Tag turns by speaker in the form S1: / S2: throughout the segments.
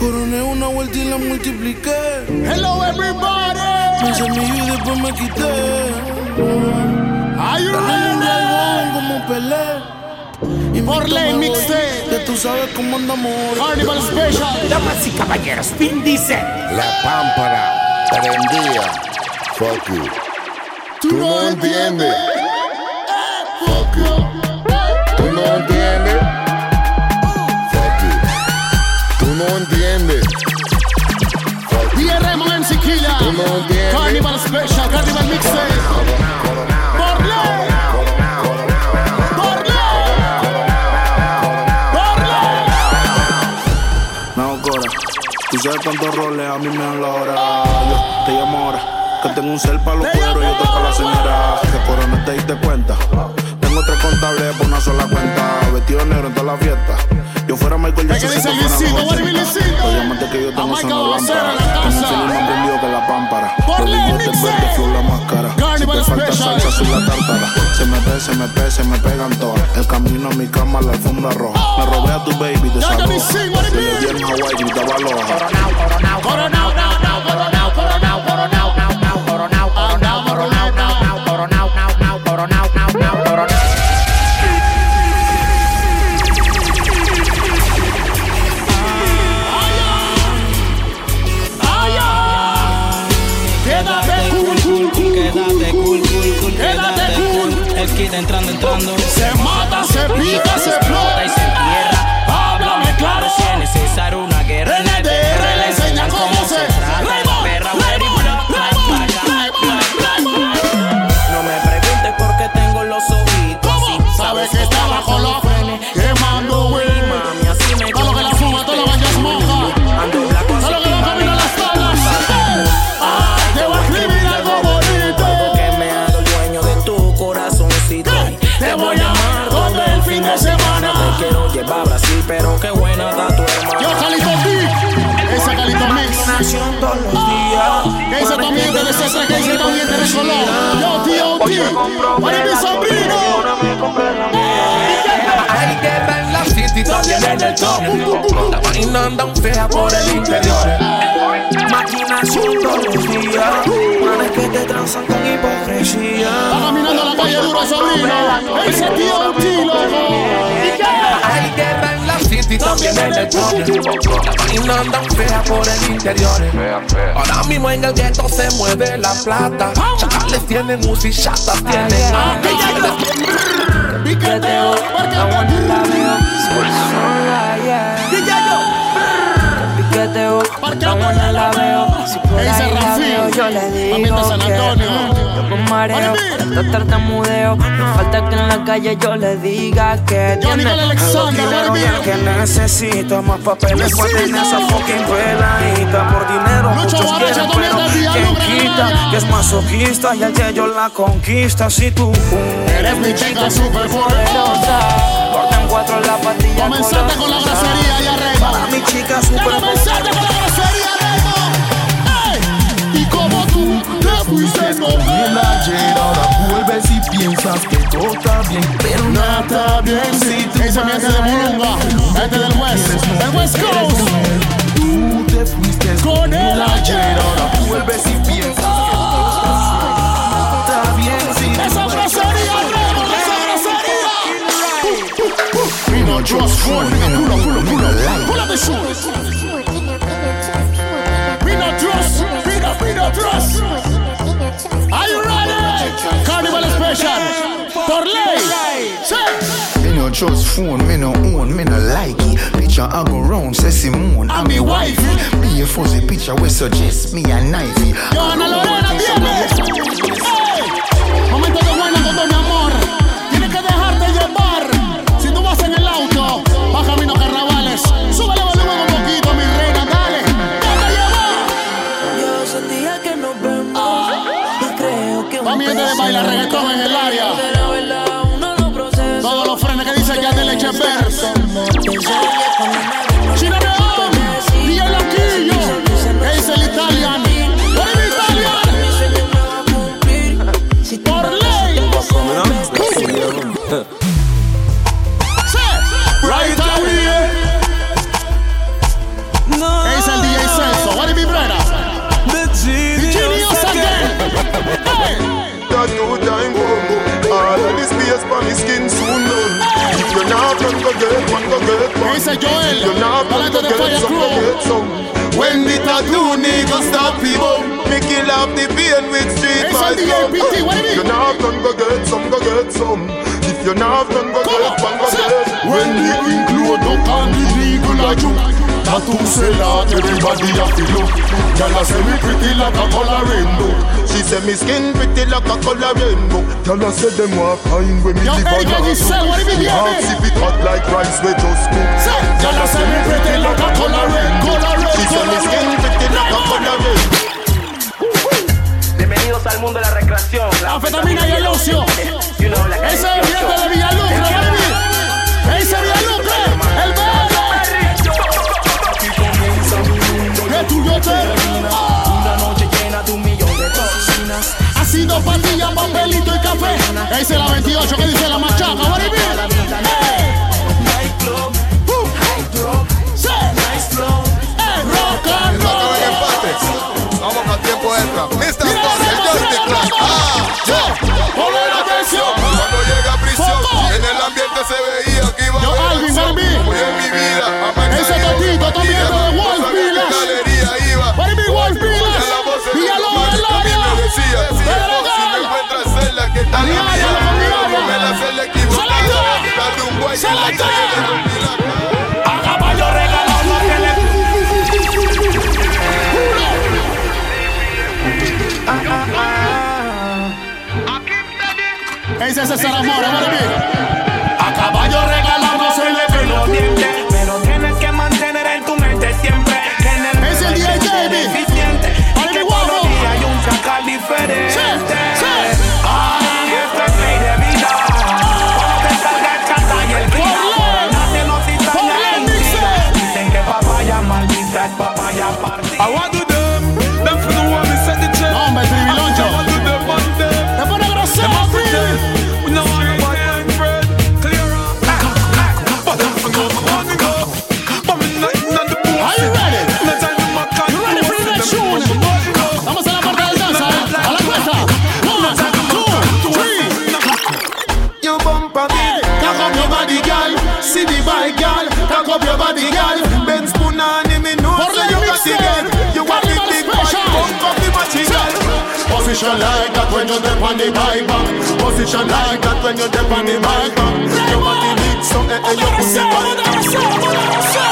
S1: Coroné una vuelta y la multipliqué.
S2: Hello everybody.
S1: Me hice mi vida y después me quité.
S2: Are you
S1: Dale un
S2: ready?
S1: dragón como Pelé. Y
S2: Por ley
S1: me voy,
S2: mixtape.
S1: Que tú sabes cómo andamos hoy.
S2: Carnival Special.
S3: Damas y caballeros, Vin Diesel.
S4: La pámpara prendía. Fuck you. Tú no entiendes. Fuck you. Tú no entiendes. Fuck you. Tú no entiendes. Fuck you.
S2: DJ Raymond en Siquilla.
S4: Tú no entiendes.
S2: Carnival Special. Carnival Mixtape. Por ley. Por ley. Por ley.
S1: No, Cora, tú sabes cuántos roles a mí me dan la hora. Yo te llamo ahora, que tengo un cel para los cueros y otro para la señora. Que corona te diste cuenta. Tengo tres contables por una sola cuenta. Vestido negro en toda la fiesta. Yo fuera Michael
S2: ¿Qué
S1: Jackson,
S2: dice
S1: si no fuera
S2: Luisito?
S1: los 80.
S2: Guarda Luisito.
S1: Los diamantes que yo
S2: A
S1: tengo son
S2: Michael
S1: las
S2: Vocera en
S1: lámparas.
S2: la
S1: Como
S2: casa.
S1: si más prendido que la pámpara.
S2: Por
S1: Los
S2: ley,
S1: bigotes
S2: mixtape.
S1: verdes, flow, la máscara.
S2: Carnival
S1: Si te falta
S2: Special.
S1: salsa, soy la tártara. Se me ve, se me pe, se me pegan todas. El camino a mi cama, la alfombra roja. Me robé a tu baby de
S2: Ya que
S1: salud.
S2: me sing, what it
S1: Le di
S2: mean?
S1: en Hawái, gritaba aloha.
S2: Coronao, nao, nao, coronao, coronao, coronao, nao, nao, coronao, coronao, coronao, nao, nao, coronao, nao, nao, coronao, nao, nao, coronao. Ay, ay. Quédate cool, cool, cool,
S5: Quédate cool, cool, cool,
S2: Quédate cool.
S5: El kit entrando, entrando.
S2: Se mata, se pica, se
S5: explota y se entierra.
S2: Háblame claro.
S5: Si es necesario una guerra, en el DR le enseñan cómo se trata.
S2: Raymond,
S5: Perra,
S2: Raymond,
S5: güera y
S2: Raymond,
S5: blanca.
S2: Raymond, Raymond.
S5: No me preguntes por qué tengo los ojitos.
S2: ¿Cómo?
S5: así.
S2: Sabes que está bajo los frenes, quemando
S5: Uy,
S2: güey.
S5: mami, así me
S2: Todo lo que la fuma, todo lo que es moja.
S5: Ando blanco así
S2: Todo lo que la camina las tablas. ¡eh! Ah, te voy a escribir algo bonito.
S5: que me hago dueño de tu corazoncito.
S2: ¿Qué? Te voy a amar todo el fin de semana.
S5: Te quiero llevar a Brasil, pero qué buena está tu hermana.
S2: Yo, Calito Mix. Ese Calito Mix.
S5: Nación todos los días.
S2: ¿Qué dice tu ambiente de César? ¿Qué dice tu ambiente de Solón? Yo, tío, tío. Para mi sobrino.
S6: Hay que ver en la city también en el top. La vaina anda un fija por el interior.
S5: Maquinación todos los días. Manes que te transan con hipocresía.
S2: Va caminando la calle duro, sobrino. Ese tío, tío, loco.
S6: Hay que ver en la city también en el top. La vaina anda un fija por el interior. Ahora mismo en el gueto se mueve la plata. Chacales tienen música, chatas tienen.
S5: Ah,
S2: Piqueteo, porque ¿Por qué buena la veo?
S7: Si por
S2: Ey,
S7: ahí la
S2: Serrafín.
S7: veo, yo le digo
S2: Mamita San
S7: que
S2: Antonio.
S7: no. Yo con mareo,
S2: Oye,
S7: tanto tartamudeo. No falta que en la calle yo le diga que
S2: Yo,
S7: tiene
S2: Nicole Alexander,
S7: algo
S2: Barbie.
S7: que
S5: Que
S7: no
S5: necesito más papeles para tener esa fucking veladita por dinero.
S2: Lucho
S5: Muchos
S2: Barracha,
S5: quieren,
S2: también
S5: pero
S2: está Diablo
S5: quien
S2: Granada.
S5: quita que es masoquista y ayer yo la conquista. Si tú
S2: Eres mi chica super poderosa.
S7: Corta en cuatro la patilla
S2: Comenzaste con la grosería y
S5: para
S2: arregla.
S5: mi chica super
S2: Comenzaste con la grosería y arregla. Ey, Y como tú te fuiste con él ayer, ahora vuelves y piensas que todo está bien. Pero nada está bien si tú. Ese ambiente de Mulunga, este del West, el West Coast.
S1: Tú te fuiste
S2: Con él ayer, ahora
S1: vuelves y piensas está bien si
S2: Esa grosería, Raymond, esa grosería. We not just one, nigga. Pull up, pull up, pull up. Pull up the shoes. We not trust. We not, we not trust. Are you ready? Carnival special. Por ley. Say,
S8: Me no trust phone, me no own, me no like it. Picture I go round, say Simone,
S2: I'm
S8: I'm
S2: me
S8: me
S2: wife.
S8: wifey. Me a fuzzy picture, we suggest me a knifey.
S2: Yo, Ana Lorena, viene. Hey. Momento de buena con Don Amor. Tienes que dejarte llevar. Si tú vas en el auto, baja camino a carnavales. Súbele volumen un poquito, mi reina. Dale. Dale, llevar.
S7: Yo hace días que nos vemos. No creo que
S2: Mami, este de bailar reggaetón en el área.
S7: la verdad uno no procesa.
S2: Todos los frenes que dicen que es de leche Chino León, oh, DJ Loquillo, ¿qué dice el Italian? ¡Por el Italian! ¡Por ley! Sí. Right away.
S4: hard two time combo. All of this space for me skin soon done. If you're not come go get one, go get one.
S2: Dice Joel,
S4: If you're not come
S2: Balato
S4: go
S2: de
S4: get
S2: Fire
S4: some, go
S2: Crew.
S4: get some. When the tattoo nigga stop me bum, me kill off the pain with street
S2: Hey, Sandy,
S4: gum.
S2: APT, what it is?
S4: If you're not come go get some, go get some. If you're not come go
S2: Come on,
S4: get one, go
S2: say.
S4: get some. When the ink load up and the needle a juke Tattoo sell out, everybody a feel look Girl a say me pretty like a color rainbow She say me skin pretty like a color rainbow Girl a say them want find when me
S2: Yo,
S4: live
S2: Eric, you sell, what if it be a
S4: Ask
S2: day?
S4: if it hot like rice we just cook
S2: Say.
S4: Girl a say me pretty like a color rainbow
S2: Color rainbow,
S4: She say me
S2: color
S4: skin
S2: rainbow.
S4: pretty like a color rainbow
S9: Bienvenidos al mundo de la recreación.
S2: La anfetamina y el ocio.
S9: You know, la
S2: Ese es el billete de Villalucre, baby. Ese es Villalucre, el verde. Que tuyo te
S9: Una noche llena de un millón de toxinas.
S2: ha sido patilla, papelito y café. Ese es la 28 que dice la machaca, what it mean? Hey,
S9: Nightclub,
S2: uh,
S9: nightclub,
S2: sí,
S9: nice flow.
S2: hey, rock
S10: Saca el
S2: and roll.
S10: empate. Vamos con tiempo extra. Mr.
S2: Mira,
S10: Fox, el
S2: mira,
S10: joystick
S2: mira,
S10: clap.
S2: mira.
S10: Ah, yo.
S2: Ponle la atención.
S10: Cuando llega a prisión,
S2: Foco.
S10: en el ambiente se veía que iba
S2: Yo,
S10: a haber
S2: Alvin,
S10: acción.
S2: Alvin.
S10: Hoy en mi vida, amanecí
S2: Ese
S10: en
S2: totito, está
S10: Bolivia.
S2: viendo de Wolf
S10: Sabía que
S2: Villas.
S10: galería iba.
S2: What it mean,
S10: Ya
S2: Wolf
S10: la voz
S2: Villas?
S10: se
S2: Villalobos, el
S10: también me
S2: área.
S10: decía Si el Fox,
S2: Pero
S10: si
S2: gol.
S10: me encuentras en la que está la
S2: Arriba,
S10: mía No
S2: arriba, arriba.
S10: me la sé la
S2: Se la
S10: equivocada
S2: trae.
S10: Date un güey
S2: Se
S10: en
S2: la
S10: la calle de Rutilanga.
S3: A caballo regalado a que le
S2: Ese es César Amor, what it mean?
S3: A caballo regalado no se le ven los dientes. Pero tienes que mantener en tu mente siempre que en el
S2: Es el DJ Baby.
S3: eficiente.
S2: Para
S3: Y que
S2: mi
S3: todos los
S2: guapo.
S3: días hay un chacal diferente.
S2: Sí, sí.
S3: Ay, esto es ley de vida. Cuando te salga el chata y el vida.
S2: Ponle.
S3: Nadie nos cita
S2: Ponle,
S3: en la
S2: dice.
S3: mentira. Dicen que papaya maldita es papaya partida.
S11: I want to them, them for the one we set the trend.
S2: No, hombre,
S11: I
S2: Triviloncho.
S11: want to them on them.
S2: Te pone grosero, Trivi.
S11: We no want to buy them bread. Clear up. But them for no money go. But me not not the boss.
S2: Are you ready?
S11: No time to my car.
S2: You ready for the next tune? Vamos a la parte del danza, ¿eh? A la cuenta. One, two, three.
S4: You bump on
S2: Hey.
S4: me, cock up your body, girl. See the bike, girl. Cock up your body, girl. Ben spoon on him, me know
S2: Por
S4: say
S2: la
S4: you got
S2: mixer.
S4: it dead. You want the
S2: Carnival
S4: big bike,
S2: special.
S4: bump up the machine, girl. Position like that when you're dead on the bike back. Position like that when you're dead on the bike back. You want the big something and eh, you put the bike back.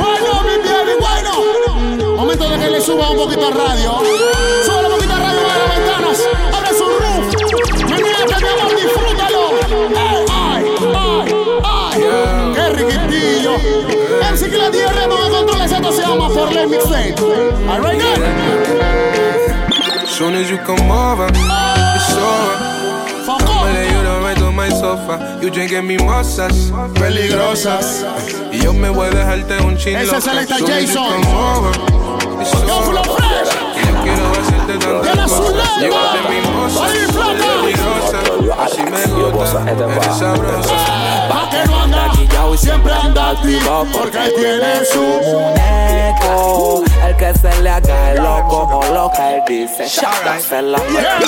S2: Bueno, mi baby, bueno. Momento de que le suba un poquito a radio. Sube un poquito a radio abre las ventanas. Abre su roof. Mi mira, mi amor, disfrútalo. Hey, ay, ay, ay. Qué riquitillo. El ciclo de Remo de controles. Esto se llama Por Ley Mixtape. All right, now.
S11: Soon as you come over, it's over.
S2: Focó.
S11: Lay you down right on my sofa. You drinking mimosas, peligrosas. Y yo me voy a dejarte un chin
S2: Ese
S11: loco.
S2: es el Hector
S11: Soon as you
S2: Jason.
S11: come over, it's
S2: Yo,
S11: over.
S2: Flow Fresh.
S11: Yo quiero hacerte
S2: ¡De la
S11: tantas cosas. Llévate
S2: Zulema!
S11: mimosas,
S2: ¡Oye, plata!
S11: peligrosas. Así me gusta, eres sabrosa.
S2: Pa' que no anda quillao y siempre anda activo porque tiene su...
S9: Eco, el que se le haga el loco o loca, él dice, shut up, se la
S2: ¡Ya,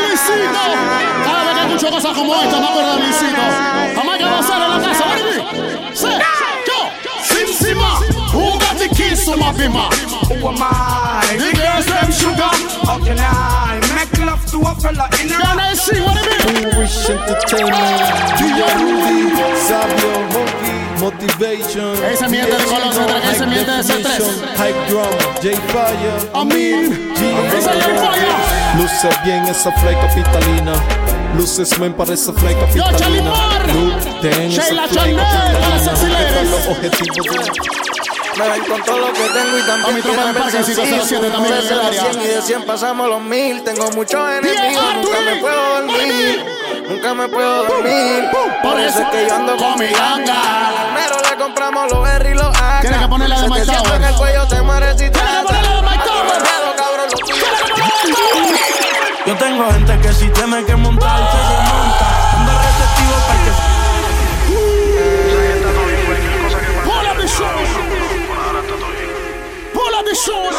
S2: Luisito! Cada vez que escucho cosas como esta me acuerdo de Luisito. Jamás que gozar en la casa, baby. Sí, yo, Simsima, who got the keys to my bima?
S3: Who am I?
S2: The girls them sugar.
S3: How can I make love to a fella in a
S2: Can I see what it mean?
S4: Wish entertainment, DJ Rudy, Sabio, Monkey, Motivation.
S2: Ese miente de color, se traga ese miente de ese tres.
S4: Hype drum, J Fire.
S2: A mí, ese es el falla.
S4: Luce bien esa fly capitalina. Luces men para esa fly
S2: Yo, Charlie
S4: capitalina.
S2: Mar.
S4: Look, ten esa
S2: Sheila
S4: fly
S2: Chanel, para las sexy
S4: capitalina.
S2: ladies.
S4: Lleva los objetivos de
S9: Me ven con todo lo que tengo y
S2: A mi
S9: también
S2: tropa del parque 507 también en el
S9: Desde los
S2: área.
S9: 100 y de 100 pasamos los 1000 Tengo muchos enemigos, nunca
S2: Arturi.
S9: me puedo dormir Nunca me puedo dormir Por eso es que yo ando
S2: con mi ganga.
S9: Primero le compramos los R y los AK
S2: Tienes que ponerle la de
S9: Se te
S2: Mike
S9: sienta
S2: Tower.
S9: en el cuello, te mueres y te
S2: que
S9: atas.
S2: ponerle la de Mike
S9: A tu
S2: Tower.
S9: mercado, cabrón, lo tuyo es
S1: Yo tengo gente que si tiene que montar, se desmonta. Ando receptivo para que
S2: Pull up the shoes. Pull up the shoes.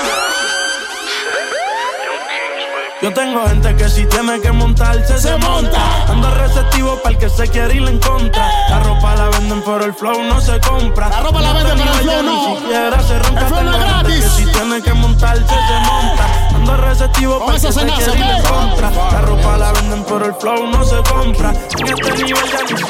S12: Yo tengo gente que si tiene que montarse se, monta. Ando receptivo para el que se quiere ir en contra. La ropa la venden pero el flow no se compra. La
S2: ropa la venden, pero el flow no.
S12: Ni siquiera se ronca.
S2: El flow no
S12: Tengo
S2: es
S12: gente
S2: gratis.
S12: Que si tiene que montarse se monta. Ando receptivo para el que se
S2: eso se nace,
S12: quiere ir en
S2: ¿ok?
S12: contra. La ropa la venden pero el flow no se compra. En este nivel ya ni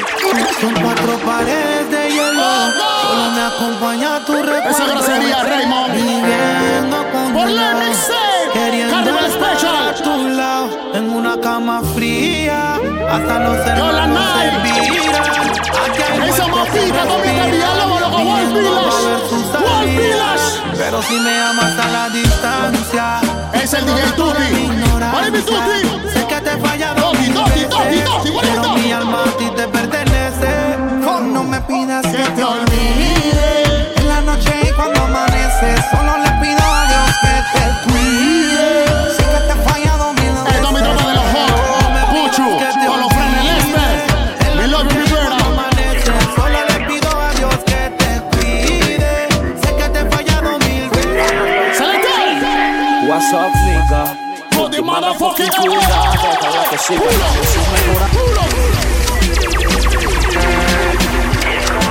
S13: Son cuatro paredes de hielo.
S2: Oh,
S13: Solo me acompaña tu recuerdo.
S2: Esa grosería, Raymond.
S13: Viviendo con
S2: Por la
S13: dolor,
S2: MC,
S13: Queriendo
S2: Carnival
S13: estar
S2: Special.
S13: a tu lado. En una cama fría. Hasta los hermanos se
S2: Night.
S13: miran. Aquí hay
S2: Esa
S13: muertos
S2: mafita
S13: en
S2: también está en
S13: vida.
S2: diálogo, loco.
S13: Viviendo
S2: World Village.
S13: va a ver sus
S2: World
S13: salidas.
S2: Village.
S13: Pero si me amas a la distancia.
S2: Es el DJ
S13: perdona
S2: Tuti.
S13: mi ignorancia.
S2: Ahora es mi Tuti.
S13: Sé que te he fallado
S2: Tuti,
S13: mil
S2: Tuti,
S13: veces,
S2: Tuti, Tuti, ¿cuál es
S13: pero
S2: Tuti?
S13: mi alma a ti te pertenece. Oh, no me pidas que te olvide. En la noche y cuando amanece, solo le pido a Dios que te cuide. Sé que te he fallado mil veces.
S2: Esto es mi tropa de los Hot, Puchu, con los frenes Lester, mi Love Rivera.
S13: Cuando amanece, solo le pido a Dios que te cuide. Sé que te he fallado mil veces.
S2: ¡Selector!
S4: What's up, nigga?
S2: ¡Con tu motherfucking
S4: Ojalá que siga.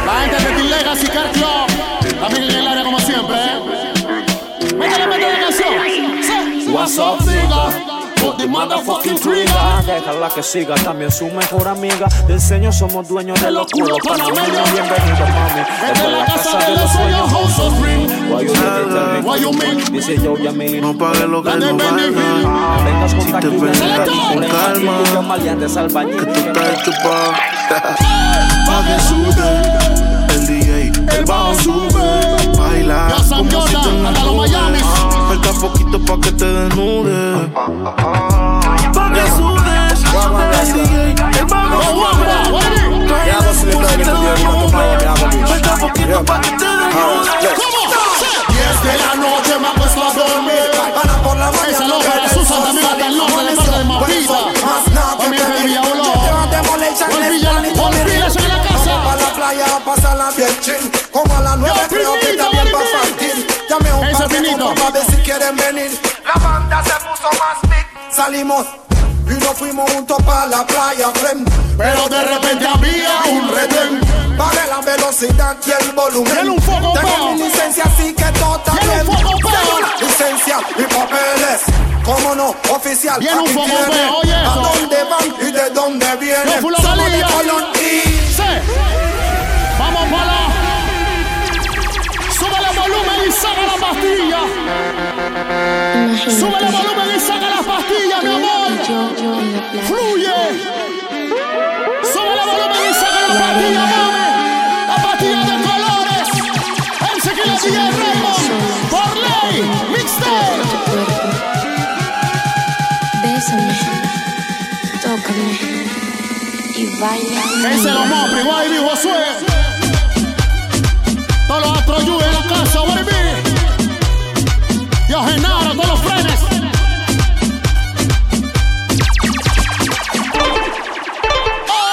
S2: La gente de Team Legacy Car Club. La amiga en el área como siempre, ¿eh? Métele, métele la canción.
S4: What's up,
S2: nigga? Put the motherfucking trigger.
S4: Déjala que siga, también su mejor amiga. Del señor somos dueños de los culos panameños. Bienvenido, mami.
S2: Esta es la casa de los sueños, House of Dream.
S4: Why you make
S2: Why you mean?
S4: it Dice yo, Yamil.
S1: No pague lo que
S2: Dale,
S1: no
S2: baby,
S1: valga.
S4: Ah, Vengas con
S1: Si te
S4: taquilla,
S1: ofendes,
S4: vengas
S1: con
S4: con
S1: calma.
S4: calma. Maleantes albañil.
S1: Estás chupado.
S2: Pa' que sube.
S1: El DJ, el bajo sube. Baila
S2: Ya San
S1: como si
S2: Jordan,
S1: te en las
S2: hasta los
S1: nubes.
S2: Miamis.
S1: Falta poquito pa' que te desnude. Pa' que sube. El DJ, el bajo
S2: Lo guapa, oye.
S4: Ya vos le doy que tu Dios no te vaya, ya vos.
S1: Falta poquito pa' que te desnude.
S2: ¿Cómo? Diez de la noche me acuesto a dormir.
S4: Ana por la mañana.
S2: Esa loca de Susan también está en loca de parte de Mapita. Hoy mi gente de Villabolón. Hoy Villa- hoy Villa en la casa.
S4: la playa a pasarla bien chin. Como a las nueve
S2: Yo,
S4: creo que
S2: Trinita,
S4: también va
S2: Bolivia.
S4: a partir. Llame a un
S2: Ese
S4: par de
S2: Trinito.
S4: compas pa' ver si quieren venir. La banda se puso más big. Salimos y nos fuimos juntos para la playa, friend.
S2: Pero de repente había un retén.
S4: Baje la velocidad y el volumen.
S2: Tiene un foco,
S4: Tengo
S2: pa.
S4: mi licencia, así que todo está
S2: Tiene un
S4: bien.
S2: foco, pa.
S4: Tengo la licencia y papeles. Cómo no, oficial.
S2: Tiene un
S4: aquí
S2: foco,
S4: tiene.
S2: pa. Oye,
S4: ¿A
S2: eso.
S4: dónde van y de dónde vienen?
S2: Yo fui la
S4: Somos de
S2: valía.
S4: Colón y-
S2: Sí. Vamos para la. Súbele el volumen y saca las pastillas. Súbele el volumen y saca las pastillas, mi amor. Fluye. Súbele el volumen y saca las pastillas, mami. Las pastillas de colores. El sequila sigue Raymond. Por ley. Mixtape.
S7: Bésame, tócame y baila.
S2: Ese es lo más privado y mi Josué. Todos los atroyúes en la casa, what it be? Yo, Genaro, todos los frenes. ¡Oh!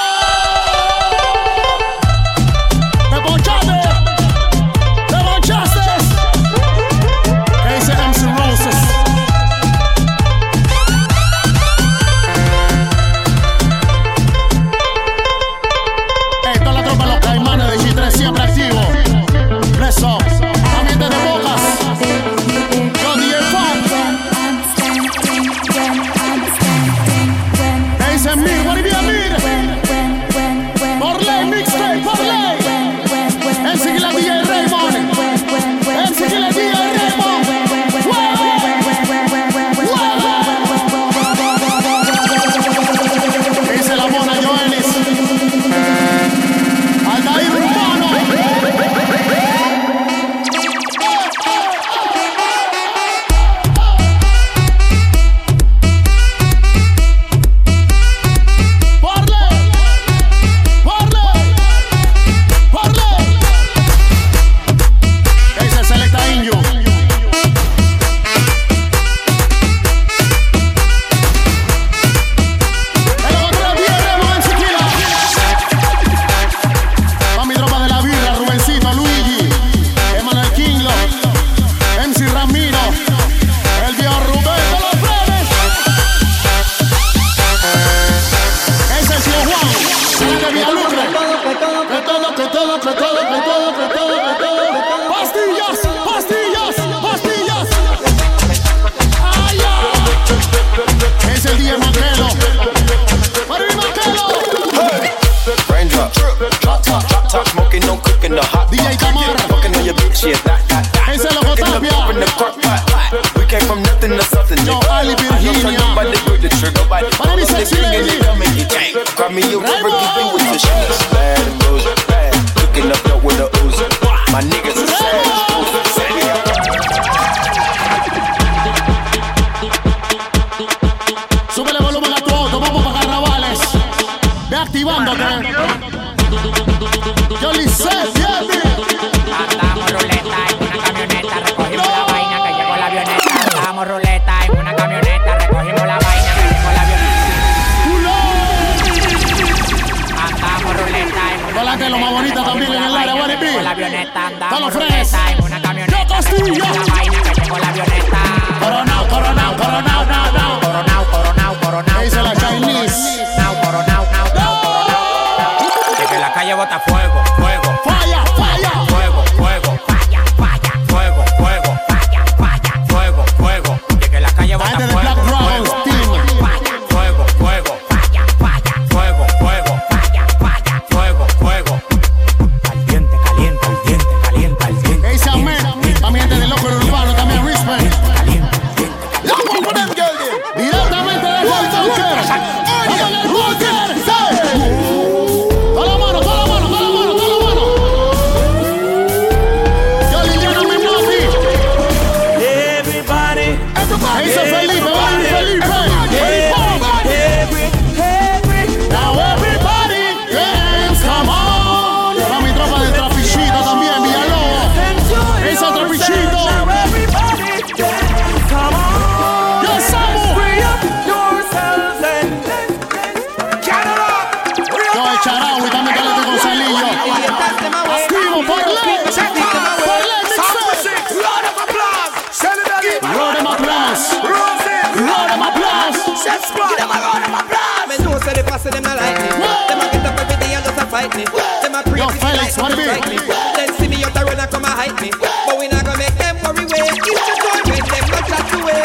S2: ¡Te ponchaste! ¡Te ponchaste! ¿Qué dice MC Roses? Ey, toda la tropa de los caimanes de Chitre siempre activo. Preso. Ambiente de bocas. Yo, DJ Fan.
S14: nobody.
S2: Para mi sexy lady.
S14: Camille River can do with this shit. Slam, booze, bad. Cooking up dope with a Uzi. My niggas are
S2: Súbele volumen a tu auto, vamos para carnavales. Ve activándote. Yo le sé, fíjate.
S9: Andamos ruleta en una camioneta, recogimos la vaina que llegó la avioneta. Andamos ruleta en una camioneta, recogimos la vaina que llegó la avioneta. Andamos ruleta en una
S2: Hola, que es lo más bonito
S9: recogimos
S2: también en
S9: la
S2: el área,
S9: vaina
S2: Guarepi.
S9: que llegó la avioneta. Andamos
S2: Dalo, Fres.
S9: ruleta en una camioneta,
S2: Yo, Castillo.
S9: recogimos la vaina que llegó la avioneta.
S2: Coronao, coronao, coronao, nao, nao.
S9: Coronao, coronao, coronao.
S2: Ahí dice la Chinese.
S9: Nao, coronao, nao, nao, coronao.
S15: De que la calle bota fuego, fuego,
S2: Falla, falla.
S15: fuego, fuego. Fuego, fuego. Fuego, fuego. De que la calle bota fuego, fuego. Fuego, fuego. Fuego, fuego. Fuego, fuego. Caliente, caliente, caliente, caliente, caliente.
S2: Ese amén. A mi gente de loco el urbano también, respect. Directamente desde el bunker. Vamos en el bunker. Toda la mano, toda la mano, toda la mano, toda la mano. Yo Liliana Menotti.
S16: Everybody.
S2: Ahí está Felipe, vamos Felipe. Now everybody dance, come on. Para mi tropa de trapichito también, Villalobos. Esa trapichito. Ya estamos. Yo el Charawi también caliente con Celillo. Activo, Parley. Parley, mixtape. Roll them applause. Roll them applause.
S13: Men know say the past them not like me. Them a get up every day and just a fight me. Them a pray to the light
S2: what it
S13: and
S2: be?
S13: strike me. Then see me out a run and come and hide me. But we not gonna make them worry way. It's just one way them not chat to way.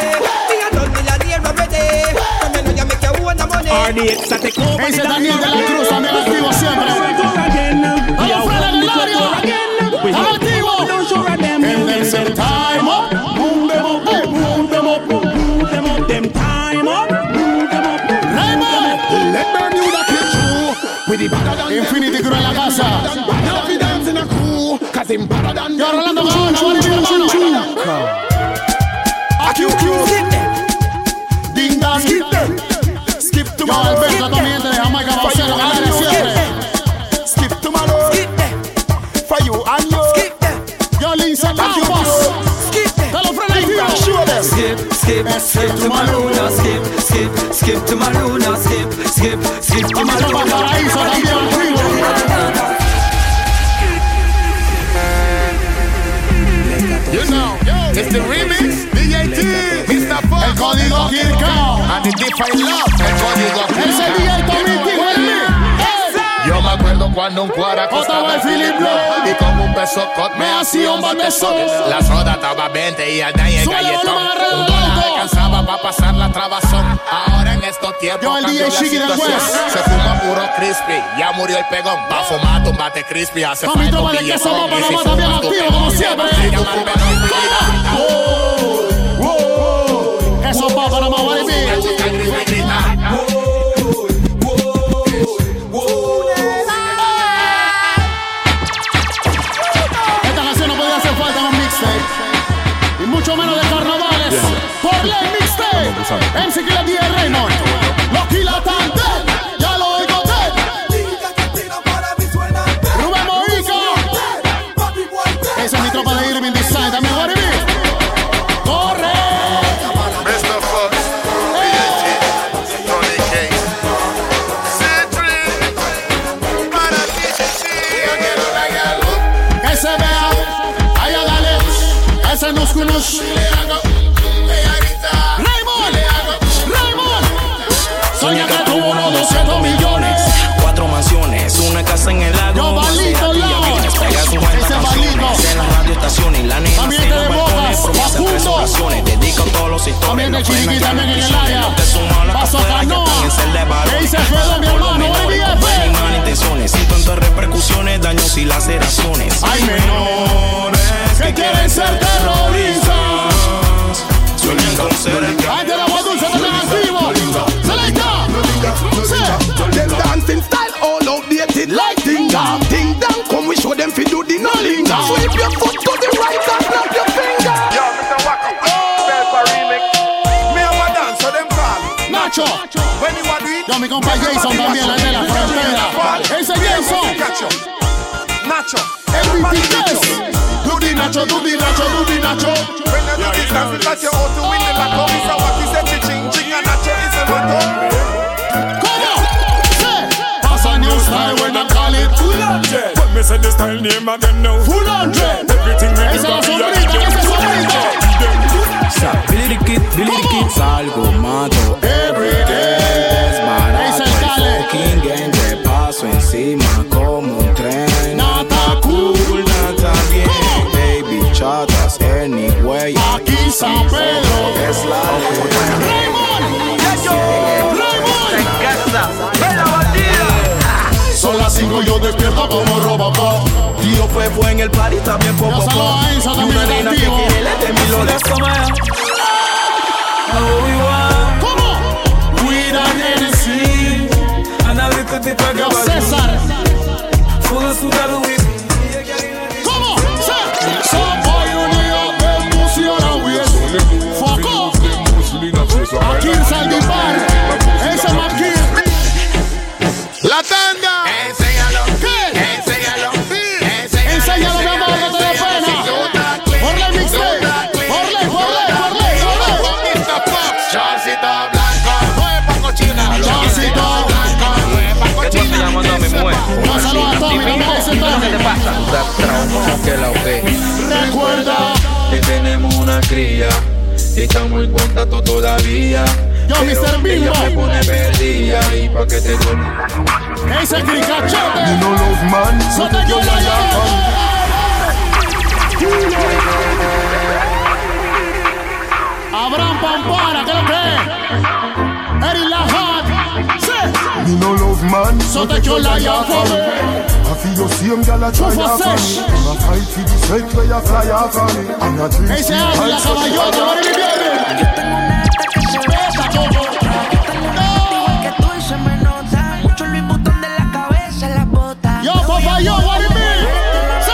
S13: Me a done millionaire already. From me know you make your own money.
S2: Ese Daniel de la Cruz también activo siempre. Vamos, Fred Aguilario. Activo. And then say time up. Boom them up, boom, boom them up, boom, boom them up. Them time up. Boom them up, boom, boom them up. Let Bermuda get through. With the better than Infinity Crew en la casa. Y ahora Orlando Gaona, vale, mi hermano. Ding dong. Skip to my Alberto también te deja Mike Abacero en el área siempre. Skip to my For you and you. Skip them. Yo Lindsay Campos. Skip them. Te lo frena el tío.
S17: Skip, skip, skip to my luna, skip, skip, skip to my luna, skip, skip, skip to my luna.
S4: You know, it's the remix, DJ T, Mr. Fox, el código Kirkao, and the different love, el código
S2: Ese DJ Tommy T,
S4: Yo me acuerdo cuando un cuara
S2: Otra
S4: costaba
S2: vez Philip Blow.
S4: y con un peso cut me hacía un batezo. La soda estaba 20 y al día el
S2: Súbele
S4: galletón.
S2: volumen al radio
S4: Un
S2: del
S4: dólar
S2: auto.
S4: alcanzaba para pasar la trabazón. Ahora en estos tiempos
S2: Yo, el
S4: cambió
S2: DJ
S4: la
S2: Shiggy del
S4: situación.
S2: West.
S4: Se fuma puro crispy, ya murió el pegón. Va a fumar, tumbate crispy, hace
S2: Mami,
S4: falta
S2: toma
S4: un
S2: de que
S4: billetón.
S2: somos,
S4: Y
S2: pero
S4: si
S2: no más bien
S4: fumas tu
S2: activo
S4: pegón,
S2: como
S4: se
S2: siempre.
S4: te llama el pegón.
S2: Eso poco no más vale mi. Esta canción no podía hacer falta en un mixtape. Y mucho menos de carnavales. Por ley mixtape. MC Killer DJ Raymond. Los Kilatante. Ya lo oigo te. Rubén Mojica. Esa es mi tropa de Irving Design. También What it be? Corre.
S18: Mr. Fox, VHS, Tony K. C3, para ti, sí, yo quiero regalo.
S2: Que se vea. Ay, dale. Ese nos conoce. Raymond. Raymond.
S5: Soñé que tuvo unos 200 millones. Cuatro mansiones, una casa en el lago.
S2: Yo,
S5: una
S2: Balito,
S5: Maserati,
S2: yo.
S5: aviones, pega 50
S2: Ese
S5: canciones.
S2: Balito.
S5: En las radioestaciones, la nena
S2: También
S5: en
S2: te
S5: los
S2: este de
S5: balcones.
S2: Bocas,
S5: Promesa en tres
S2: Facundo.
S5: ocasiones, dedican todos los historias.
S2: También de
S5: No frenan
S2: Chiriquí,
S5: ya
S2: también en el
S5: las prisiones,
S2: área.
S5: no te sumas a la
S2: Paso
S5: cajuela, que
S2: Canoa.
S5: también se le va a
S2: ¿Qué dice
S5: dar.
S2: Fredo, mi
S5: Por los
S2: hermano? pues.
S5: menores,
S2: Oye, bien,
S5: no hay
S2: Fred.
S5: malintenciones, sin tantas repercusiones, daños y laceraciones.
S2: Hay menores que quieren ser terroristas.
S5: Suelen con ser el
S2: Antes de la voz dulce, no están activos. Selecta.
S4: Oh.
S2: When you are doing Yo, mi compa Jason también, el de la frontera. Ese Jason.
S4: Nacho.
S2: Everything else. Do the Nacho, do the Nacho, do the Nacho.
S4: When you do this dance, that you ought Oh, to win the lotto. So what you say, ching ching, and Nacho is a motto.
S2: Come on. That's a new style when I call it full hundred.
S4: When me say the style name, I don't know.
S2: Full hundred.
S4: Everything we do,
S2: Esa
S4: I
S2: es la
S4: be
S2: sombrita, esa es
S4: a leader.
S2: la
S19: Sa- Billy the Kid, Billy the Kid, salgo, mato. Desbarato el fucking game, te paso encima como un tren.
S2: Nada cool,
S19: nada bien. Baby, chatas, anyway.
S2: Aquí San Pedro.
S19: Es la ley.
S4: Son las 5 y yo despierto como Robocop. Tío fue fue en el party también poco.
S2: Ya salió a Enzo también está activo. ¿Cómo?
S4: Cuida
S2: Hennessy. Yo, César. ¿Cómo? Sí. Soy unido de fusionado y es- Foco. Aquí en Saldivar. Ese Maquin. La tanda.
S10: Enséñalo.
S2: ¿Qué?
S10: Enséñalo.
S2: Enséñalo, mi amor, no te dé pena. Ponle el mixtape. Ponle, ponle, ponle, ponle.
S10: Chorcito blanco, nueva cochina.
S2: Chorcito
S10: blanco, nueva cochina.
S2: Pásalo a Tommy, no me des Tommy.
S20: que la
S2: Recuerda.
S20: Que tenemos una cría y estamos muy contacto todavía.
S2: Yo,
S20: Pero
S2: Mr. Bimbo.
S20: Ella me pone perdida y pa' que te duerma.
S2: Ese cricachote.
S4: You know love man, so take your lion man.
S2: Abraham Pampara, ¿qué es lo que es? Eri Lahat. Sí.
S4: You know love man,
S2: So take your lion for me.
S4: I feel your same girl a try
S2: Two for
S4: off on
S2: sesh.
S4: me. I'm a fight for the straight where you fly off on me. And I drink
S2: Ese
S4: the
S2: águila
S4: ice of the
S2: caballota,
S4: fire.
S2: ahora me viene. Yo tengo una esta que se
S21: Que tú y se me nota. Mucho el botón de la cabeza, las botas.
S2: Yo, papá, yo, what it mean? Sí.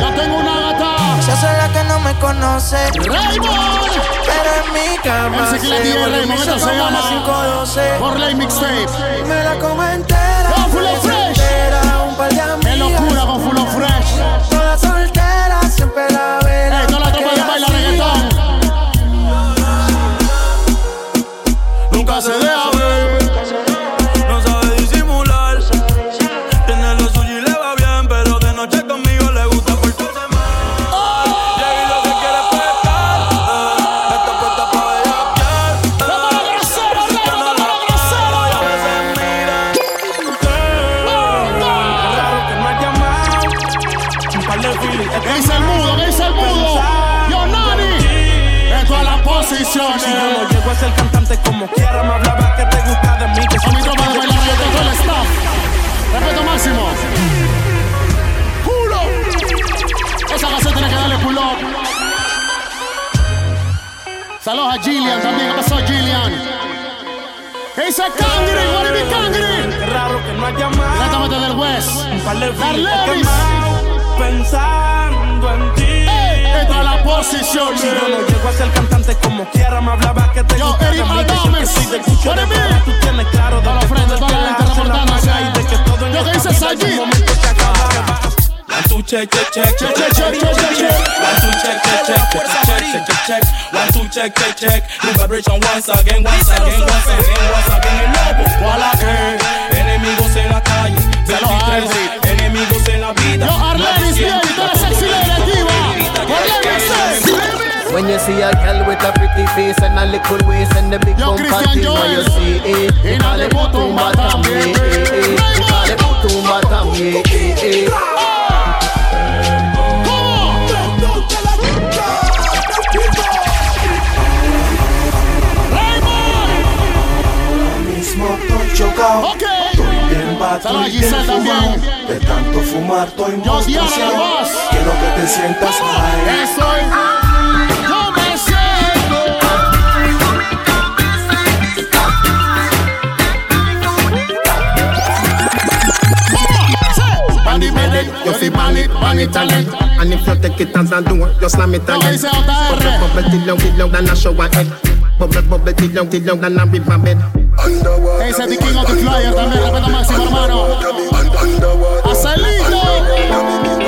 S2: Yo tengo una gata.
S21: Se hace la que no me conoce.
S2: Raymond.
S21: Pero en mi cama.
S2: El ciclo
S21: se
S2: de
S21: vuelve
S2: Raymond,
S21: mi
S2: esto se
S21: cama a
S2: llama
S21: las 5:12.
S2: Orley Mixtape.
S21: Me la como entera.
S2: Con Full of Fresh.
S21: soltera, un par de
S2: Qué
S21: amigas.
S2: locura con Full of Fresh.
S21: Toda soltera, siempre la vera.
S2: Ey, toda la tropa que baila reggaetón.
S5: Nunca se deja ver, no sabe disimular. Tiene lo suyo y le va bien, pero de noche conmigo le gusta portarse mal. Llega y lo que quiere es pescar. eh. Está puesta pa' bellaquear. eh. Yo no la paro y a veces mira. Eh. Raro que no has llamado. Un par de feelings,
S2: ¿Qué dice el mudo? ¿Qué dice el mudo? Yo, Nani. En todas las posiciones.
S5: Si yo no llego a ser cantante como quiera, me hablaba que te gusta de mí. Que
S2: A mi tropa de bailar reggaetón, todo el staff. Respeto máximo. Pull up. Esa canción tiene que darle pull up. Saludos a Gillian también. ¿Qué pasó, Gillian? ¿Qué dice Cangri? ¿Cuál es mi Cangri?
S5: Qué raro que no has llamado.
S2: Directamente del West.
S5: Un par de feelings,
S2: Darlevis.
S5: he quemado, Pensando en ti.
S2: En todas las posiciones.
S5: Si yo no llego a ser cantante como quiera, me hablaba que te
S2: Yo,
S5: gusta de
S2: Eric
S5: mí. Que yo
S2: Adames.
S5: que soy de Gucci,
S2: What
S5: de
S2: it mean?
S5: Prada, Tú tienes claro de
S2: Toda la
S5: que
S2: frente,
S5: todo
S2: toda
S5: el que
S2: la
S5: la
S2: gente
S5: hace la
S2: reportándose
S5: paga y
S2: ahí.
S5: de que todo en
S2: Lo que
S5: esta
S2: dice
S5: vida
S2: Sajid.
S5: algún momento se acaba. La tu check, check, check,
S2: Check, check, check, check, check.
S19: One, two, check, check, check, check, check, check, check, check. One, two, check, check, check. New vibration once again, once again, once again, once again. El lobo, ¿cuál que? Enemigos en la calle, 23. Enemigos en la vida.
S2: Yo, Arlenis, bien. Y toda la sexy lady diva. Arlenis, sí.
S22: When you see a girl with a pretty face and a little waist and the big
S2: Yo,
S22: bump
S2: Christian
S22: party, now
S2: Joel.
S22: you see it. They
S2: Inna
S22: call
S2: the
S22: it Butumba
S2: Butumba
S22: Tam,
S2: Tam,
S22: eh,
S2: eh,
S22: eh, eh. They call it Butumba Tam, eh, eh, eh.
S23: mismo estoy chocado.
S2: Ok.
S23: Estoy bien bato
S2: Saludos a
S23: y bien
S2: Giselle
S23: fumado.
S2: también.
S23: De tanto fumar estoy
S2: Yo, Diana,
S23: monstruoso.
S2: la voz.
S23: Quiero que te sientas ahí.
S2: Eso es. Yo me siento.
S24: Panic medic, you feel panic, panic talent And if you take it as a door, you slam it
S2: No,
S24: again
S2: dice JR.
S24: Bubble, bubble, till long, till long, than a shower head Bubble, bubble, till long, till long, than a riverbed
S2: Ese es The King of the Flyer también, respeto máximo, hermano. ¡Asalito!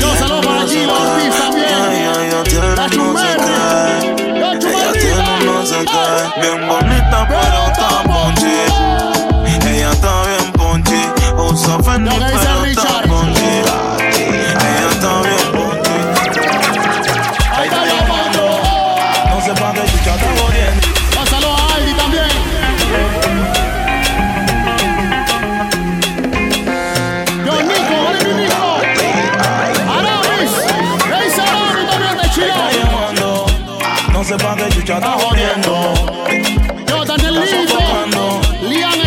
S2: Yo saludo para Gino Ortiz también. La chumera. La chumerita.
S1: Bien bonita, pero está ponchi. Ella está bien ponchi. Usa Fendi,
S2: Lo que dice
S1: pero está
S2: Richard.
S1: ponchi. Ella está bien
S2: Ahí está la poncho.
S1: No se pa' que chicha está corriendo.
S2: Pásalo a Aldi también. Yo, Nico, ahora mi Nico. Aramis. Reis Aramis también de Chile.
S1: No se pa' que chicha está jodiendo.
S2: Yo, Daniel Lindo. Lian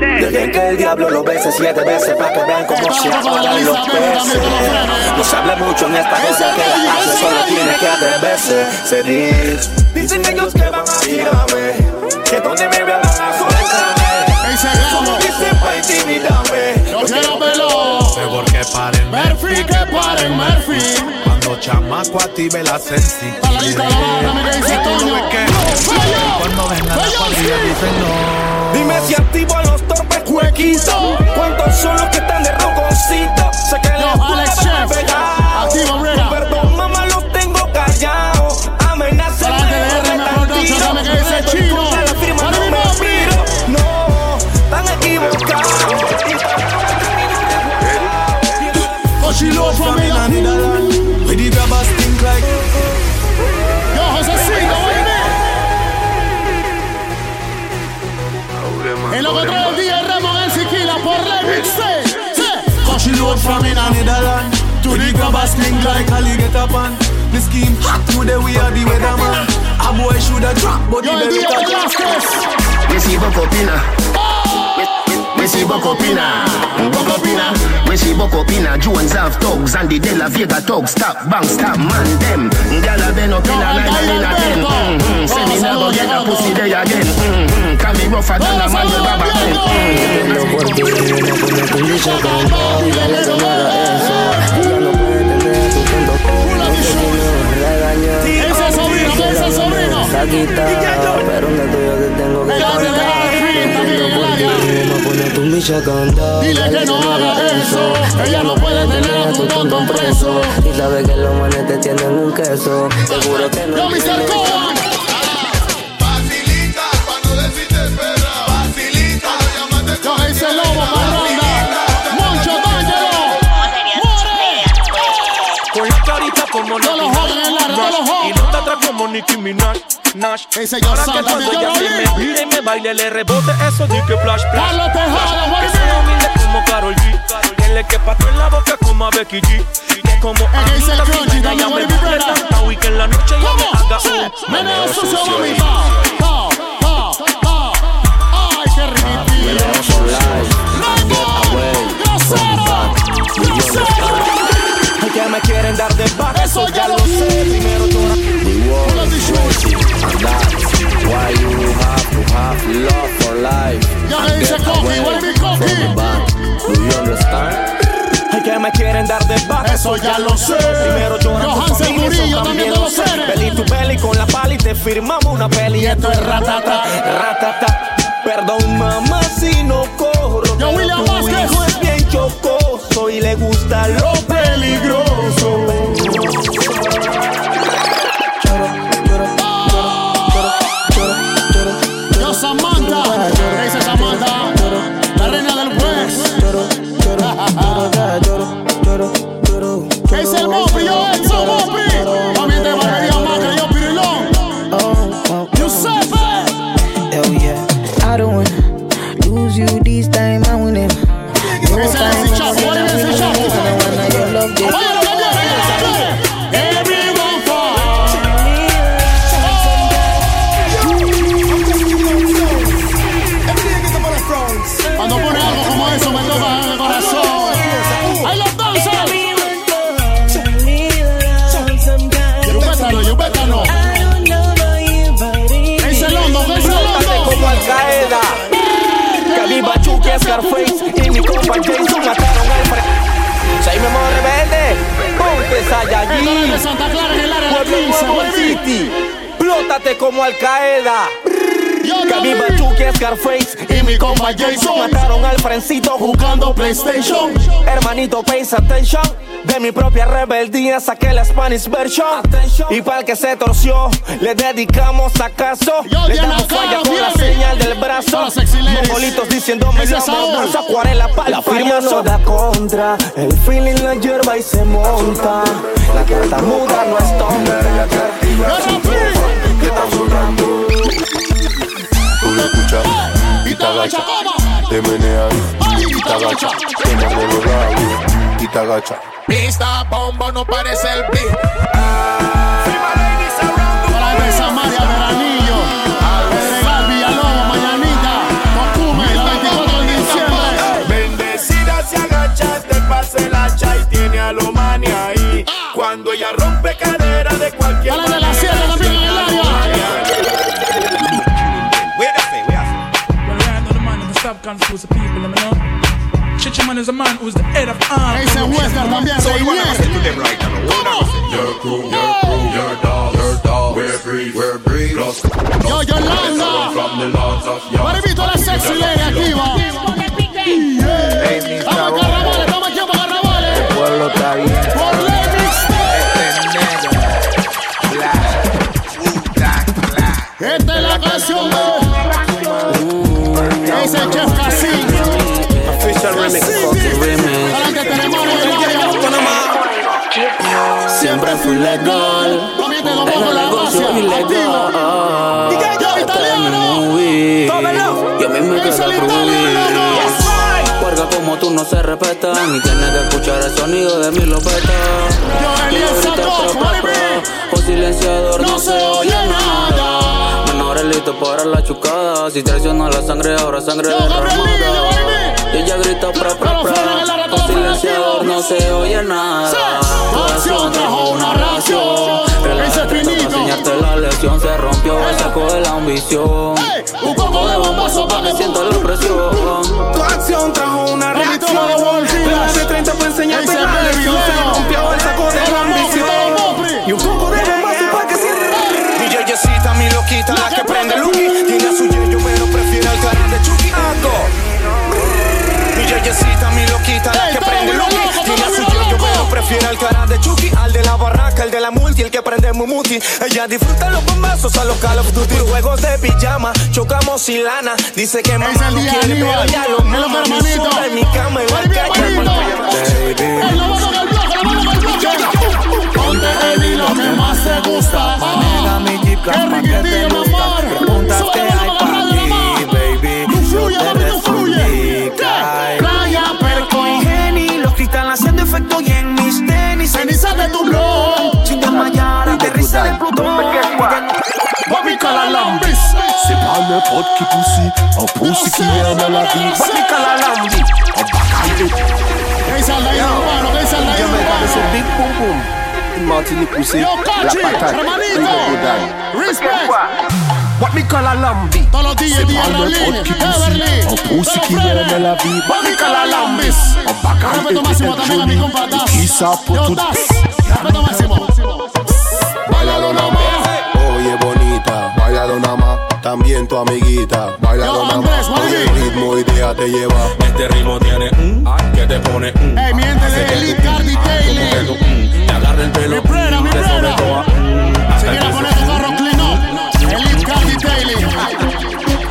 S4: Dejen que el diablo lo bese siete veces pa' que vean cómo se apagan los peces. No se habla mucho en esta cosa que la hace, solo tiene que atreverse. Se dice. Dicen ellos que van a tirarme, que donde me vean van a soltarme. Solo dicen pa' intimidarme.
S2: Yo quiero verlo.
S25: Mejor que paren,
S2: Murphy, que paren, Murphy.
S25: cuando chamaco active la sensibilidad.
S13: Dime si activo a los torpes huequitos. ¿Cuántos son los que están de rococito? Sé que
S2: Yo,
S13: los
S2: Alex
S13: putas van
S2: Chef.
S13: pegados.
S2: Activo, Rera.
S13: Con Perdón, mamá, los tengo callados. Amenaza
S2: Para adelante, Rera, mejor dicho, dame que dice chino. Ahora mismo, abrí.
S13: No, están equivocados.
S2: Oh, she love from me.
S25: We the grabbers think like
S2: Yo, Josecito, oíme. El loco trae el día Ramón el Siquila por remix. Sí, sí.
S25: Cause she load from in a Netherland To the grabbers think like alligator pan The scheme hot today we are the weatherman A boy shoulda drop but he
S2: Yo, el
S25: better
S2: día de
S25: catch
S2: Justice.
S4: Me si Bocopina. Me si Bocopina. Bocopina. Me si Bocopina. Jones have thugs and the De La Vega thugs. Stop, bang, stop, man, them. Gala been up in a line and in a den. Mm, mm, Say me never get a pussy day again. Mm,
S26: Mm-hmm.
S4: mm, Can me rougher than a man with rubber pen. Mm. No por ti, no por la condición con Dígale que no haga eso. Ella no puede tener su punto. No se puede regañar.
S2: Ese sobrino, ese sobrino.
S4: Está quitado, pero no tuyo te tengo que
S2: Dile que no haga eso. Ella no puede tener a tu tonto preso.
S4: Y sabe que los manes te tienen un queso. Seguro que
S2: Yo, Mr. Cohen.
S27: Facilita, pa' no decirte perra. Facilita, no llamaste
S2: Yo, ese lobo, parranda. Moncho, dáñalo.
S13: Con la carita como
S2: No lo jodan en la red, no lo jodan.
S13: Y no te atrás como Nicki Minaj, Nash.
S2: Ese yo
S13: Ahora
S2: salgo,
S13: que cuando
S2: yo
S13: ella
S2: lo
S13: a mí
S2: vi.
S13: me mire y me baile, le rebote eso di que flash, flash.
S2: Carlos Tejada,
S13: flash.
S2: Juan
S13: Que sea humilde como Karol G. Dile que pato en la boca como a Becky G. Que es como
S2: que dice
S13: Anita,
S2: Crunchy,
S13: Simena,
S2: también
S13: ella me
S2: huele mi
S13: baile
S2: pera.
S13: tanta y que en la noche ya me haga un...
S2: Menea sucio, mami. Pa, pa, pa, pa. Ay, qué riquitillo.
S13: Ay, Que me quieren dar de back,
S2: Eso
S13: eso
S2: ya
S13: ya
S2: lo
S13: lo sé. Primero tú
S4: Why you have to have love for life?
S2: Ya me dice Coqui, huele mi Coqui.
S4: Do you understand?
S13: Ay, que me quieren dar de back,
S2: Eso ya lo sé.
S13: Primero lloran tu
S2: Johansen
S13: familia, eso
S2: Murillo también te lo sé.
S13: Peli tu peli con la pali te firmamos una peli.
S2: Y esto es ratata.
S13: Ratata. Perdón mamá si no corro. pero
S2: William
S13: tu
S2: Vázquez.
S13: hijo es bien chocoso y le gusta lo peligroso.
S2: Yo Samantha, ¿qué dice Samantha? La reina del juez. ¿Qué dice el Mopi? Yo Edson Mopi. También de Valeria Macri, yo Pirilón. Giuseppe.
S7: Hell yeah. I don't wanna lose you this time. I wanna.
S2: ¿Qué dice Nancy Chapo? ¿Cuál es Nancy Chapo? Váyalo, cambiar, Everyone falls. Cuando pone algo como eso me toma el corazón. ¡Ahí los danzas! Yo pétalo, yo pétalo. Ese londo, ese
S13: Date
S2: londo.
S13: como Al Qaeda. Cali Bachuque, Scarface y mi compa Jason mataron al fre. Soy mi amor rebelde.
S28: City. Plótate como Al Qaeda. Gaby Bachuque, Scarface
S1: y mi compa Jason
S28: mataron al frencito
S1: jugando PlayStation.
S28: Hermanito, pays attention. De mi propia rebeldía saqué la Spanish version. Y para el que se torció, le dedicamos acaso.
S1: Yo,
S28: le
S1: Diana
S28: damos
S1: Cara,
S28: falla con la
S1: fíjame.
S28: señal del brazo.
S1: Para sexy ladies.
S28: Mongolitos diciéndome
S1: Ese
S28: yo
S1: es
S28: me
S1: Saúl.
S28: abrazo, acuarela para
S5: La firma no da contra, el feeling la hierba y se monta. La carta muda no es tonta.
S1: Tú lo escuchas y te agachas. Te meneas y te agachas. Te mueve la y te agachas.
S26: Pista bombo no parece el beat.
S2: Para empezar, María Veranillo. Pedregal, Villalobos, Mañanita. Tocumen, el 24 de diciembre.
S29: Bendecida se agacha, te pasa el hacha y tiene a lo mani ahí. Cuando ella rompe cadera de cualquier
S2: Dale de la sierra también en el área.
S30: Relying on the mind of the subconscious of people, you know. Chichaman is a man who's the head of arm.
S2: Ese Western también se Yo, Yolanda. Maribito, la sexy lady activa. Vamos a carnavales, estamos aquí para carnavales.
S29: El pueblo está bien. Este
S2: Esta es la canción de. Ese Chef Casín.
S29: Official remix.
S2: Para que tenemos en el área.
S29: Siempre fui legal.
S2: Comiente Don Poco la Gracia. Activa. Yo, italiano.
S5: Y a mí me queda cruel. Cuerda como tú no se respetan y tienes que escuchar el sonido de mi lopeta. Y yo grité, pro, pro, pro, Por silenciador no se oye nada. Menores listos para la chucada. Si traiciona la sangre, ahora sangre derramada. Y ella grita pra pra pra. Por silenciador no se oye nada. Corazón trajo una ración. Relájate, toca enseñarte la lección. Se rompió el saco de la ambición.
S2: Un poco de bombazo para que
S5: sienta la presión.
S29: Tu acción trajo una
S2: Repito
S29: reacción.
S2: la de Wolf Díaz.
S29: Pero hace 30 fue enseñarte la
S2: Ese Pepe
S29: lección.
S2: Villalobos.
S29: Se rompió el saco de la
S2: Todo mofre,
S29: ambición. Y un poco de bombazo para que cierre.
S13: DJ Yesita, mi loquita, la que prende Lucky. Tiene a su yeyo, pero prefiere al cara de Chucky. Hago. DJ Yesita, mi loquita, la que prende Lucky. Tiene a su yeyo, pero prefiere al cara de Chucky. Al de la barraca, el de la multi, el que prende Mumuti. Ella disfruta los bombazos a los Call of Duty. Juegos de pijama, chocamos sin lana. Dice que mamá no
S2: día,
S13: quiere, pero
S2: Aníbal.
S13: ya lo
S2: Es lo
S13: mama.
S2: que,
S13: Me
S2: hermanito.
S13: sube en mi cama y va a
S2: Ponte el hilo que más te gusta. Maneja mi jeep, calma que te gusta. Preguntas que hay para ti, baby. Fluye, mami, tú fluye. Playa, perco.
S30: Jenny, los cristales haciendo efecto y en mis tenis.
S2: Ceniza de tu blon.
S30: Sin desmayar, aterriza de Plutón.
S2: Papi, calambis.
S1: C'est pas n'importe qui poussi, un poussi qui est dans la vie. Papi Calalambi, un bacaillé.
S2: ¿Qué dice el Dayan Urbano? ¿Qué dice el Dayan Urbano?
S29: Big boom boom. Martini poussé.
S2: Yo, Cachi, hermanito. Respect.
S29: What me call a lambi.
S2: Todos los
S1: C'est
S2: días,
S1: pas
S2: días,
S1: n'importe qui poussi,
S29: "Oh,
S1: un poussi qui est dans la vie. Papi Calalambi, un bacaillé.
S2: Respeto máximo también a mi compa Das.
S1: Qui ça pour
S2: Yo,
S1: tout
S2: Das. Respeto máximo.
S4: Bailalo nada más. Oye, bonita, bailalo nada más. También tu amiguita, bailalo nada más. Oye, el ritmo y déjate llevar.
S31: Este ritmo tiene un que te pone un.
S2: Ey, mi gente de Elite Cardi Taylor.
S31: Te agarra el pelo.
S2: Prera, mi
S31: te
S2: prera.
S31: sobretoa,
S2: Si quieres poner tu carro clean up, Elite Cardi Daily.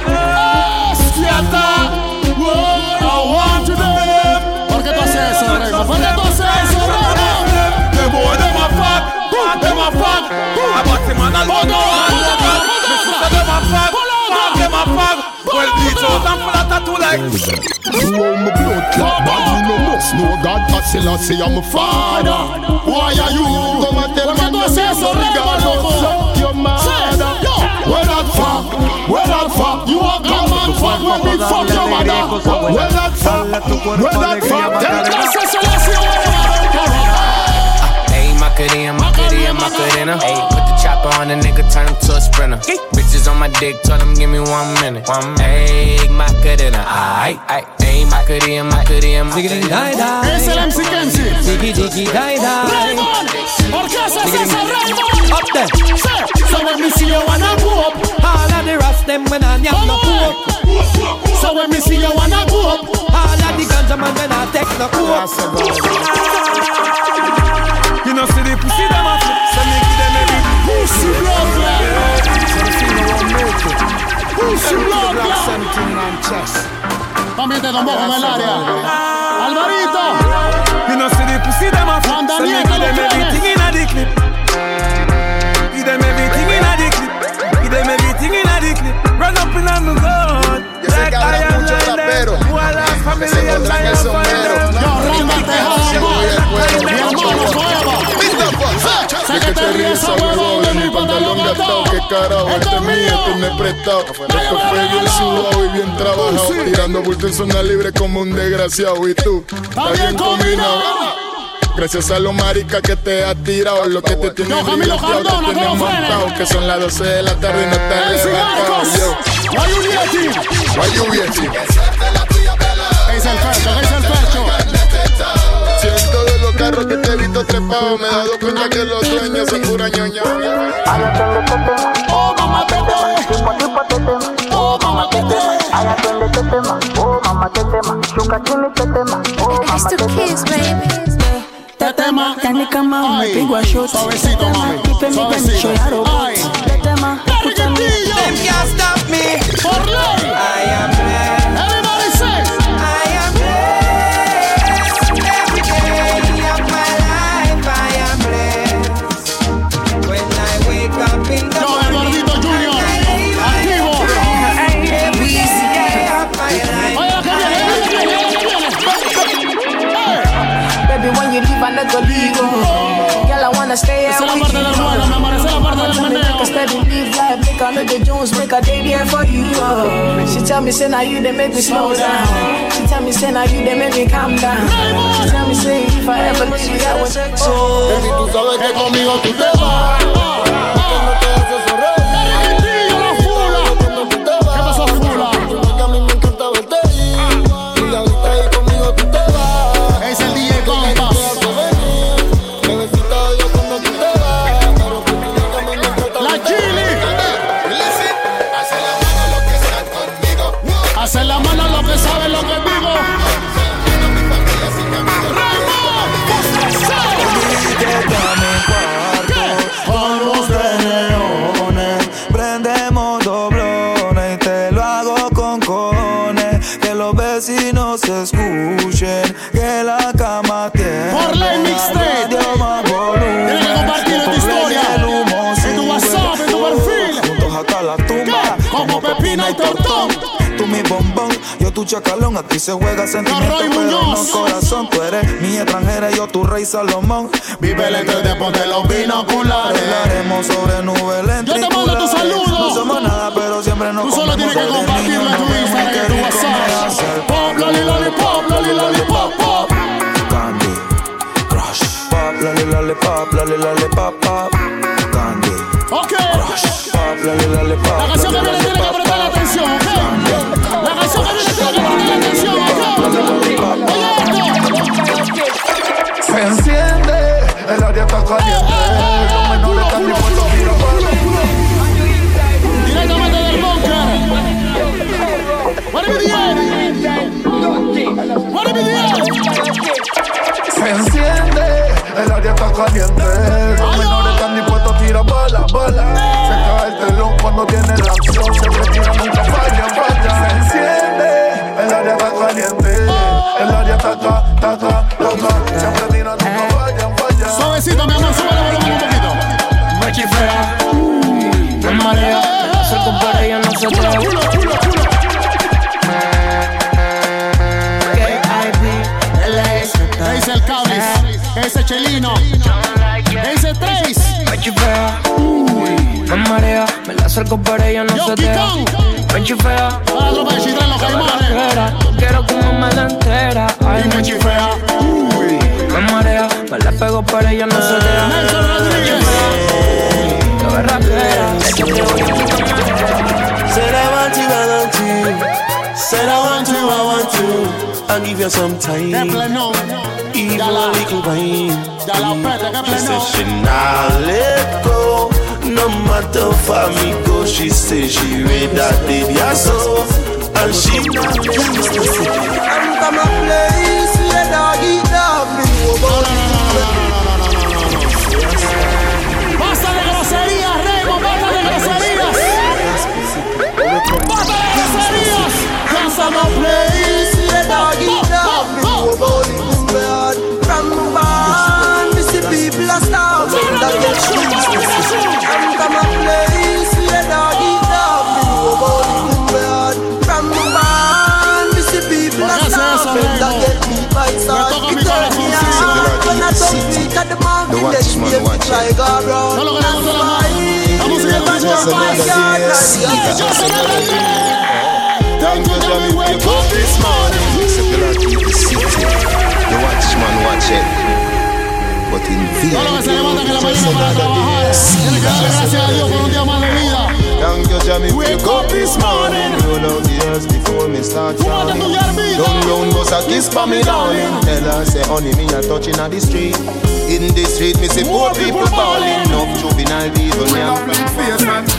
S2: ¡Hostiata! ¡Wow! I want to dance. ¿Por qué tú haces eso, Reino? ¿Por qué tú haces eso, Reino?
S26: The boy dem a fuck, fuck dem a fuck. I bought him an album, man, a fuck. Me sister dem a fuck, fuck dem a fuck. Well, bleach out and full of tattoo like.
S4: You on my blood clot, but you no must know God. I still say I'm a father. Why are you come and tell
S2: ¿Por qué
S4: me
S2: tú haces eso, Reino, loco?
S4: Your mother. Where that fuck? Where that fuck? You are come and fuck with me, fuck your mother. Where that fuck? Where that fuck? Tell me
S2: ¿Qué haces eso, Reino?
S32: Ayy, Macarena, Macarena, Macarena. Ayy, put the chopper on a nigga, turn him to a sprinter. Bitches on my dick, tell him give me one minute. One Ayy, Macarena, aight, aight. Ayy, Macarena, Macarena, Macarena.
S2: Es el MC Kenzie.
S32: Diggy, diggy, die, die.
S2: Raymond, ¿por qué haces eso, Raymond?
S32: Up there.
S2: Sí. when me see you wanna go up
S33: All of the rest them when I have no
S2: coke So when me see you wanna go up
S33: All of the ganja man when I take no coke
S34: You know see the pussy them a flip So me give them every
S2: pussy blood
S34: So me see no one make it
S2: Pussy blood
S34: Something on chest
S2: Ambiente Don Bojo en el área Alvarito
S34: You know see the pussy them a flip
S2: Juan
S34: So me
S2: Daniel
S34: give them
S2: Colombianes.
S34: everything in a the clip Give them everything in a the clip Give them everything in a the clip Run up in on the gun
S4: Yo sé que habrá muchos raperos que se pondrán el sombrero. pues,
S2: pues, eh. Sé
S4: este
S2: que te ríes a huevo de mi pantalón gastado
S4: Que carajo, este es mío, tú me prestado Esto fue bien sudado y bien trabajado Tirando bulto en zona libre como un desgraciado Y tú, estás
S2: bien combinado.
S4: Gracias a los maricas que te has tirado Lo que te tiene
S2: Yo, Camilo
S4: bloqueado, te
S2: Cardona,
S4: tienen
S2: ¿cómo fue?
S4: montado, Que son las 12 de la tarde y no estás
S2: MC
S4: levantado
S2: Marcos.
S4: yo.
S2: Why you yeti?
S4: Why you yeti?
S2: Es el pecho, es el pecho
S4: Siento de los carros que te he visto trepado, me he dado cuenta que los dueños son pura ñoña.
S2: Oh mamá tete Oh mamá tete Tetema
S7: Tetema, me pego a shots.
S2: Suavecito mami
S7: Keep me
S2: Suavecito.
S7: dentro, I don't
S2: Ay
S7: Tetema,
S2: Carguetillo
S7: Them can't stop me.
S2: Por ley
S7: I am blessed.
S2: Everybody say
S7: I am blessed. Every day of my life, I am blessed. When I wake up in the
S2: Yo el
S7: morning,
S2: gordito Junior Activo
S7: every day of my life.
S2: Oye que viene, que viene, que viene, que viene.
S7: Baby, when you leave, I not go leave. oh. Girl, I wanna stay
S2: Esa es
S7: out
S2: la
S7: with
S2: parte
S7: you.
S2: del ruedo, mi amor, esa es la parte del
S7: Wanna
S2: meneo.
S7: make a steady leave life, make another Jones, make a day there for you. oh. She tell me, say now you they make me slow down. She tell me, say now you they make me calm down. She tell me, say if I ever leave you, I would.
S4: Baby, tú sabes que conmigo tú te vas.
S2: Carguetillo, la fula ¿Qué pasó fula? Es el DJ Compass La Chili Hacer la mano lo que saben lo que vivo
S13: Polvos de neones, prendemos doblones y te lo hago con cojones. Que los vecinos escuchen, que la cama tiene.
S2: Por ley mixtape.
S13: radio más volumen.
S2: Tienes Este que compartir esta
S13: Por ley
S2: historia.
S13: el humo
S2: En tu
S13: sube.
S2: WhatsApp, en tu perfil.
S13: Juntos hasta la tumba.
S2: Como Pepina y Tortón
S13: Tú mi bombón, yo tu chacalón, a ti se juega sentimiento,
S2: Roy
S13: pero no
S2: Muñoz.
S13: corazón. Tú eres mi extranjera, yo tu rey Salomón.
S4: Vive el estrés, ponte los binoculares.
S13: Hablaremos sobre nubes
S2: Yo te mando
S13: lentriculares.
S2: tus saludos.
S13: No somos nada, pero siempre nos
S2: Tú solo tienes que
S13: comemos desde
S2: compartirlo en
S13: niños,
S2: tu
S13: nos vemos
S2: Instagram,
S13: que
S2: en tu
S13: rico me hace
S2: WhatsApp
S13: el
S2: Pop, loli, loli, pop, loli, loli, pop, pop
S13: Candy Crush. Pop, lali, lali, pop, lali, lali, pop, pop. Candy
S2: Ok
S13: Pop, lali, lali, pop,
S2: La canción que
S13: lali,
S2: viene
S13: lali,
S2: tiene que
S13: pop,
S2: prestar la
S13: pop.
S2: atención, ok La canción que viene tiene que prestar la atención, ok Oye esto
S4: Se enciende, el área está caliente. Los menores están dispuestos a tirar para
S2: Directamente del bunker What do you do? What do you do?
S4: Se enciende, el área está caliente. Los menores están dispuestos a tirar bala, bala. Se cae el telón cuando viene la acción. Siempre tiran, nunca fallan, fallan. Se enciende, el área está caliente. El área está acá, está acá, está acá. Siempre tiran, nunca fallan, fallan.
S2: Suavecito, mi amor, sube el volumen un poquito.
S9: Me chifea, me marea, se compara y ya no se
S2: Culo,
S9: trae.
S2: culo, culo, culo. Te dice el Cablis, ese Chelino, te dice Trace.
S9: Me chifea, me marea, me la acerco para ella no
S2: Yo,
S9: se deja. Me chifea,
S2: Para la tropa de Chitrán, los caimanes.
S9: entera, quiero comerme la entera. Ay, me chifea, me marea, me la pego para ella no se deja.
S2: Nelson Rodríguez.
S9: La berraquera, ella te voy a
S1: Será one two, I want to. Será one two, I want to. I'll give you some time.
S2: Que pleno,
S1: Even a little wine.
S2: de la peta, que
S1: She said
S2: pleno.
S1: she not let go. No
S4: Amato Famico, she say she read that did ya so And she not
S1: I'm from a place where dog eat dog do
S2: ¡Basta de groserías, Raymond! ¡Basta de groserías! ¡Basta de groserías!
S1: I'm from a place where dog eat dog do about it blood From Wuhan, we see people are starving That get shoot I'm from a place where dog eat dog do about it blood From Wuhan, we see people are starving That get me by side It turn me on when I talk to you at the
S2: Oh.
S1: mountain They shave me like a
S7: um,
S1: brown That's why Never jump my yard
S4: assim,
S1: like
S4: Tá Thank you that we wake up this morning Separate the city The watchman watch it But in
S2: Todos los que se levantan en la mañana para trabajar tienen que darle gracias a Dios por un día más de vida.
S4: Thank you, Jamie. Wake up this morning. Roll out the earth before me start yawning. Don't round bus a kiss for me, darling. Tell her, say, honey, me a touching at the street. In the street, me see poor people bawling. Enough juvenile evil now.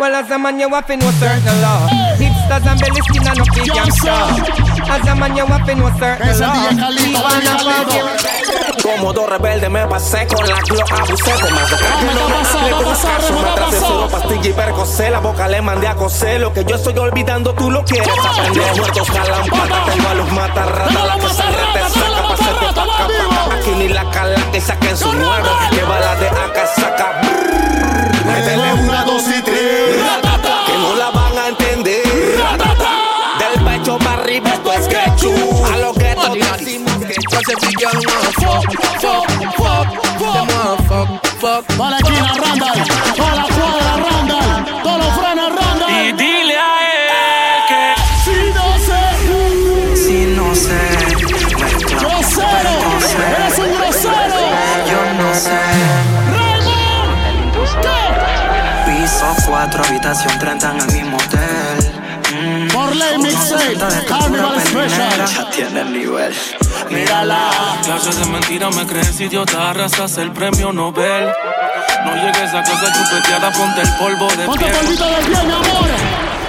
S35: Well, as a man, you have to know certain law. Hipsters and belly skin and up the gangsta. As a man, you have to know certain
S2: Ese
S35: law.
S2: DJ Carlito,
S35: We
S2: DJ
S35: wanna party
S2: Carlito.
S13: Como dos rebeldes me pasé con la Glock abusé con más de
S2: me va a pasar,
S13: Le
S2: va a
S13: puse
S2: pasar,
S13: cacho,
S2: me va a
S13: me atravesó
S2: pasar.
S13: dos pastillas y percocé La boca le mandé a coser Lo que yo estoy olvidando tú lo quieres aprender Muertos jalan pata, tengo a los matarratas La que sangre te saca, pase tu paca, paca Aquí ni la cala que saquen su nueve Que bala de acá saca brrr. Métele una, dos y tres Que no la van a entender Del pecho para arriba esto es ketchup A lo que tú
S5: Cause every girl wanna fuck, fuck, fuck, fuck. Them wanna fuck, fuck.
S2: Toda la esquina, Randall. Toda la cuadra, Randall. Todos los frenos, Randall.
S5: Y dile a él.
S2: Si no sé.
S9: Si no sé.
S2: Grosero. Eres un grosero.
S9: Yo no sé. Piso 4, habitación 30 en el mismo hotel.
S2: Por ley mixtape. Carnival special.
S9: Ya tiene nivel.
S2: Mírala.
S5: Clases de mentira, me crees idiota, arrasas el premio Nobel. No llegues a cosa chupeteada, ponte el polvo de
S2: Ponte
S5: piel.
S2: polvito de piel, mi amor.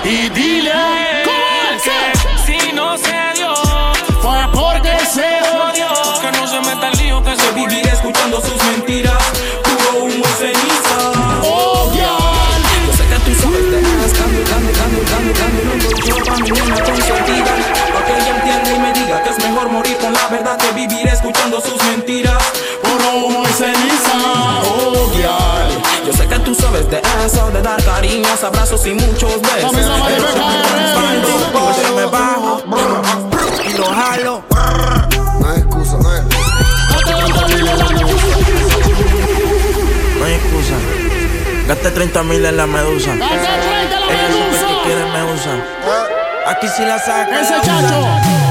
S5: Y dile a él que si no se dio,
S2: fue porque se
S5: odió. Que no se meta el lío, que se vivir escuchando sus mentiras. Tuvo humo y ceniza.
S2: Oh,
S5: Yo sé que tú sabes, te dejas cambio, cambio, cambio, cambio, cambio. No doy yo pa' mi nena consentida. Pa' que ella entienda y me diga que es mejor morir con la verdad que vivir escuchando sus mentiras.
S2: Puro humo y ceniza. Oh, yeah.
S5: Yo sé que tú sabes de eso, de dar cariños, abrazos y muchos besos. Pero cuando yo me bajo,
S4: Y lo jalo. No hay excusa, no hay excusa.
S5: No hay excusa. Gasté 30 mil en la medusa. Ellas siempre que quieren me usan. Aquí si la saca.
S2: Ese
S5: la usa.
S2: chacho.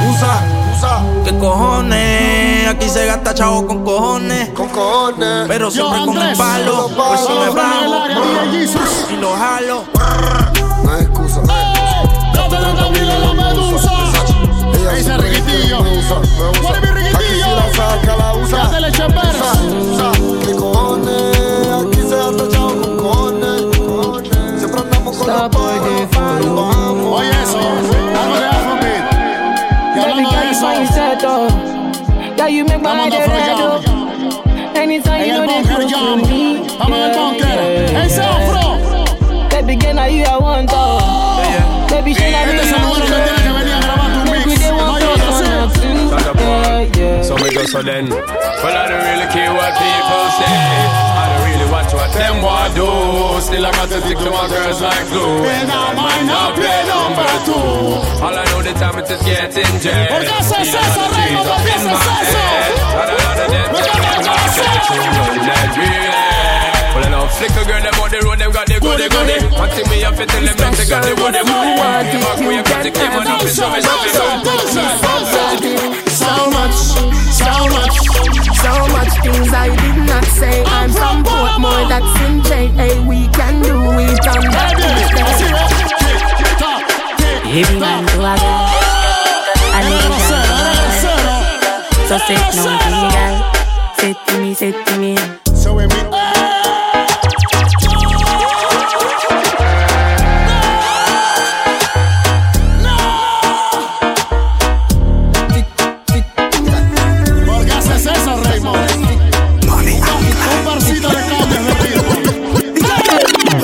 S5: Usa, usa. ¿Qué cojones? Aquí se gasta chavo con cojones. Con cojones. Pero siempre
S2: Yo,
S5: con el
S2: Andrés.
S5: palo.
S2: Con los
S5: Por eso
S2: palos.
S5: me
S2: Con el área,
S5: bajo.
S2: DJ Jesus.
S5: Y lo jalo.
S4: No hay excusa, no hay excusa. Ella
S2: Ese
S4: siempre que quiere
S2: riquitillo.
S4: me usa, me usa.
S2: Ponle mi
S4: Aquí si la saca, la usa.
S2: Ya te le eché perro.
S4: Usa, usa. ¿Qué cojones? Aquí se ha tachado con cojones, cojones. Siempre andamos con los palos, palos, vamos.
S2: Oye, eso. Algo de Afrobeat. Y hablando de eso.
S7: oh. Yeah, you make my
S2: Estamos
S7: head red
S2: afro
S7: up. Anytime you
S2: En
S7: know
S2: el
S7: they
S2: bunker
S7: close
S2: jam.
S7: to me.
S2: Estamos en el
S7: yeah,
S2: bunker.
S7: yeah,
S2: Ese
S7: yeah.
S2: afro.
S7: Baby, girl, now you are one dog. Baby, she not
S2: Este es el lugar que tiene que venir a grabar tu
S7: Baby,
S2: mix.
S7: they
S2: No
S7: want oh.
S2: hay otro,
S7: us
S2: sí.
S7: one or two.
S9: Stand up one. So we go so then. Well, I don't really care what people say. I don't really watch what them want do. Still, I got to stick to my girls like glue.
S2: And I might not be number two.
S9: All I know the time is just getting jet.
S2: ¿Por qué haces
S9: Feel like
S2: eso,
S9: the
S2: Raymond?
S9: trees
S2: ¿Por
S9: up
S2: qué
S9: in
S2: haces
S9: my
S2: eso?
S9: head.
S13: Eh,
S9: And I know that
S2: ¿Por qué
S9: them
S2: haces
S9: not
S2: eso?
S9: get you, no, not really. Well, I know flicker girl, them on the road, them got the goody goody. One thing me up, it tell them that they got the goody goody. Back way up, they came on up, it's so much, so much, so much.
S1: So much, so much, so much things I did not say. I'm from Portmore, that's in J.A. We can do it on that
S36: Heavy man do a girl A nigga can do a girl So say no girl
S7: Say to me, say to me.
S4: So when we.
S2: ¿Por qué haces eso, Raymond? Un parcito de cambios de ritmo.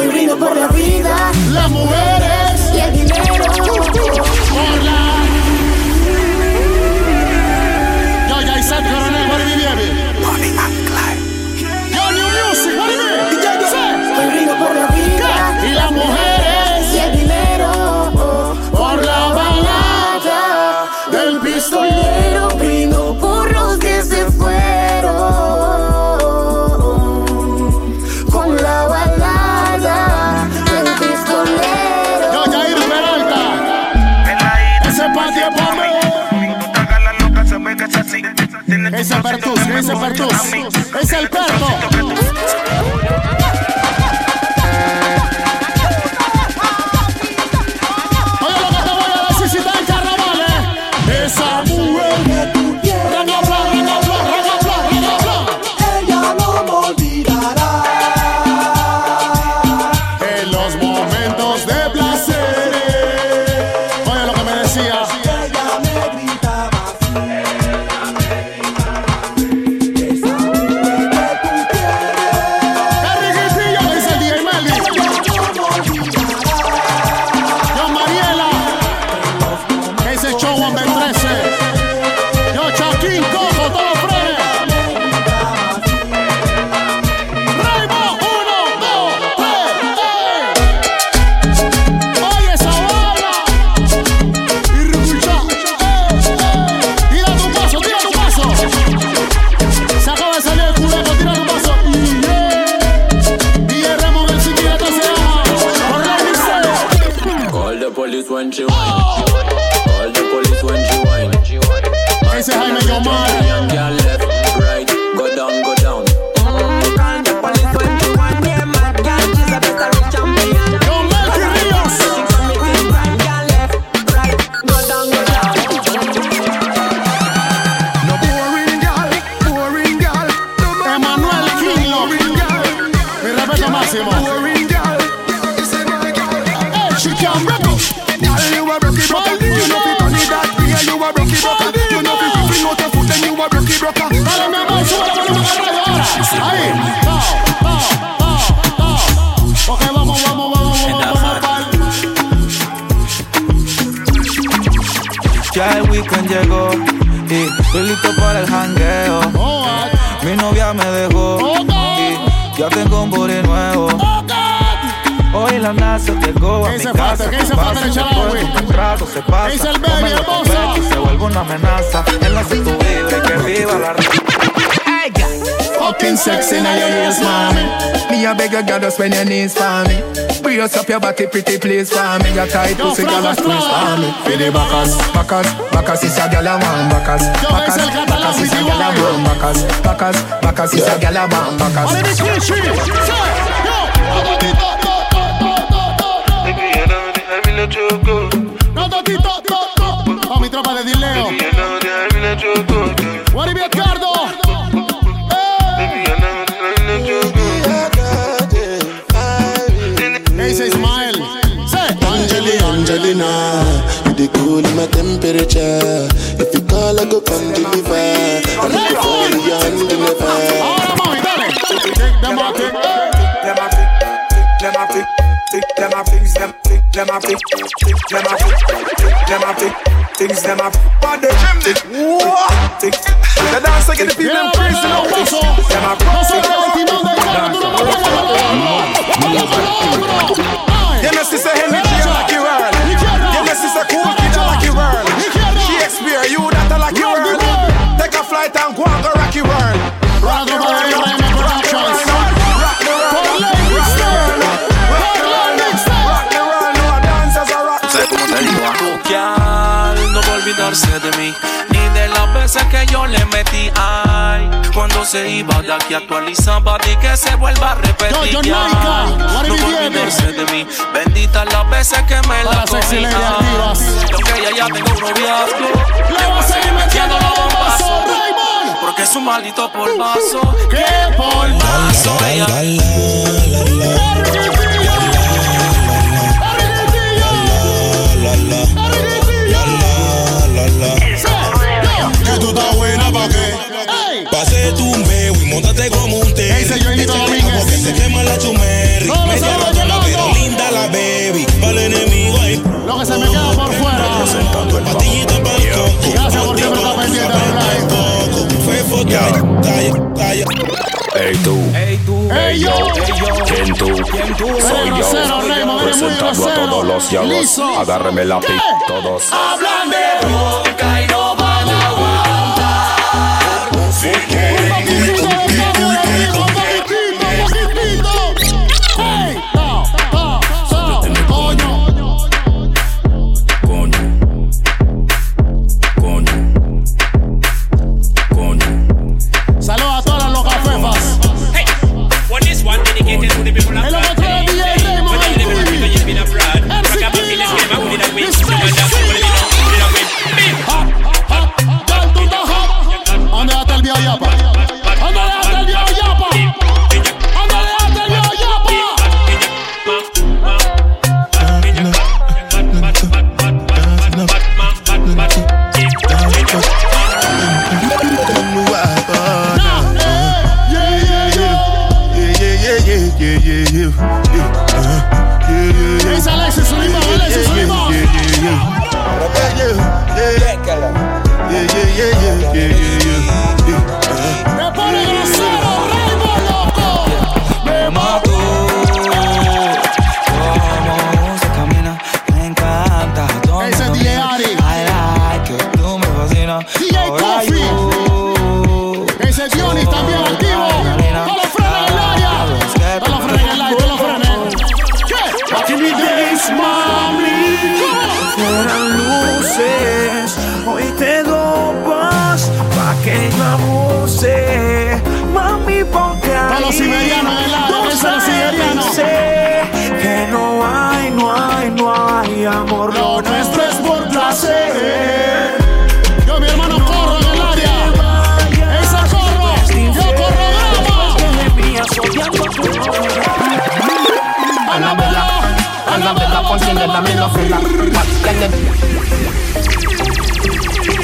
S4: Hoy vino por la vida,
S2: las mujeres
S4: y el dinero.
S2: Por la- Yo, ya Isaac Coronel, what do you mean? Yo, new music, what do you mean? Say. ¿Qué? Y las mujeres
S4: y el dinero.
S2: por la
S4: balada del pistolero vino por los que se fueron con la balada del pistolero.
S2: Yo, Jair Peralta. Ese party es pa' mí. Ese Pertus, ese Pertus, es el perto. Oye lo que te voy a decir si está en carnaval, eh. Esa mujer que tú quieres. Rangapla, rangapla, rangapla, rangapla. Ella no me olvidará. En los momentos de placer. Oye lo que me decía. Ella me gritaba. Enriquetillo, dice el DJ Melvin. Yo, Mariela. Ese es show hombre 13. Yo, Chaquín, Coco, todos frenes. Raymond, uno, dos, tres, eh. Oye, esa bala. Y repucha. Tira tu paso, tira tu paso. Se acaba de salir el culeco, tira tu paso. Y, yeah. Y el remo del psiquiatra se llama. Orlando
S37: Call the police when she whine. Call the police when she whine.
S2: Liceo. Ese es Jaime Yomar.
S37: Young girl left, right, go down, go down.
S2: Emanuel Kinlo. Mi respeto máximo. Hey, she can rock it. Dale, mi amor, sube la volumen al radio ahora. Ahí. Pao, pao, pao, pao. Ok, vamos, vamos, vamos, vamos, vamos, vamos.
S38: Ya el weekend llegó y estoy listo para el jangueo. Mi novia me dejó y ya tengo un body nuevo. Hoy la NASA llegó a mi
S2: hizo
S38: casa.
S2: falta? ¿Qué hizo falta
S38: Pasa,
S2: en el chalawi?
S38: recuerdo, un rato se pasa.
S2: hizo el
S38: No
S2: baby,
S38: me lo
S2: hermoso?
S38: convence, Se vuelve una amenaza. En la tu libre que viva la
S4: Fucking sexy now your ears, mommy.
S39: Me a beg your girl just bend your knees for me. Brace up your body, pretty please for me. Your tight
S4: Yo,
S39: pussy, girl, a
S4: Frank
S39: squeeze for me. Feel the backers, backers, backers is a girl a want backers, Yo,
S4: guys, el
S39: backers,
S4: catalán
S39: backers is a girl a
S4: Vitiwayo.
S39: want backers, backers, backers is a girl a want backers.
S2: No, Totito, Toto. Pa' mi tropa de Dileo. Guaribi Edgardo.
S4: Hey, say smile. Say. Angelina, Angelina, you the cool in my temperature. If you call, I go come deliver. I'm the fall in your hand deliver. Ahora mami, dale. Take them out, take them out.
S5: Them a things, them tick, them a tick, tick, them a tick, tick, them a tick, things, them a body. Tick, tick, tick. The dancer get the people in prison. Them a tick, them a tick, them
S13: Your missus a Henry J. Lucky World. Your missus a cool kid a Lucky World. Shakespeare, you that a Lucky World. Take a flight and go and go Rocky World. Rock the world, rock the world, rock the world, rock the world, rock the world, rock the world, rock the world. No dancers are rock.
S5: Local, no va a olvidarse de mí, ni de las veces que yo le metí. Ay, cuando se iba de aquí actualizaba di que se vuelva a repetir.
S2: Yo, yo,
S5: ya.
S2: Naica, what
S5: no
S2: if
S5: va a
S2: it
S5: olvidarse de mí, bendita las veces que me
S2: Para
S5: la
S2: las sexy
S5: comí.
S2: lady
S5: Ay,
S2: activas.
S5: y aunque ella ya tenga un noviazgo,
S2: Le va a seguir metiendo la bomba, so Raymond.
S5: porque es un
S40: malito por vaso. Que por vaso. Ella.
S41: Que tú estás buena pa' qué. Pase tu meo y montate como un té. que se quema la chumerri. Me llama toda la pero linda la baby. Para el enemigo ahí.
S2: Lo que se me queda por fuera.
S41: Pastillita para el coco.
S2: Gracias por siempre estar pendiente al live.
S41: Fue foto. Talla, talla.
S1: Ey tú,
S2: Ey yo.
S1: ¿quién tú? Soy
S2: Eres
S1: yo,
S2: grosero, Raymond, eres muy
S1: presentando a
S2: grosero.
S1: todos los diablos.
S2: Liso.
S1: Agárreme la pica, todos.
S2: Hablan de boca y no van a aguantar. Si quieren un poquitito de cambio de ritmo, un poquitito, un poquitito. Hey, ta, ta, ta, coño. Uh, Saludos a todas las locas fefas.
S41: What this one dedicated to the people of
S2: El
S41: God.
S2: otro día el Raymond
S41: But you
S2: Antunes.
S41: never know because you've been abroad. Rock up and feel it, never put it away. You know that, put it away, put it away.
S2: Dale tu tajo. ¿Dónde está el viejo Yapa? ¿Dónde está el viejo Yapa? ¿Dónde está el viejo Yapa? Dice Alexis Solima, Alexis Solima. Me pone grosero, Raymond, loco.
S5: Me mato. Cómo se camina, me encanta. Dónde
S2: Ese es
S5: domina.
S2: DJ Ari.
S5: I like it, tú me fascinas.
S2: DJ
S5: Alright,
S2: Coffee.
S5: tú.
S2: Ese Dionis también activo. Todos los frenes en el área. Todos los frenes en el área, todos los frenes. ¿Qué?
S13: Fueran luces, hoy te dopas pa' que yo abuse. Mami, ponte ahí.
S2: Pa' los siberianos, el lado,
S13: No
S2: eso, los
S13: sabes,
S2: siberianos.
S13: sé que no hay, no hay, no hay amor. Lo nuestro es por placer.
S2: Yo, mi hermano, corro en el área. Esa corro. Yo corro bravo.
S9: Anabela, Anabela, ponte la mela fila.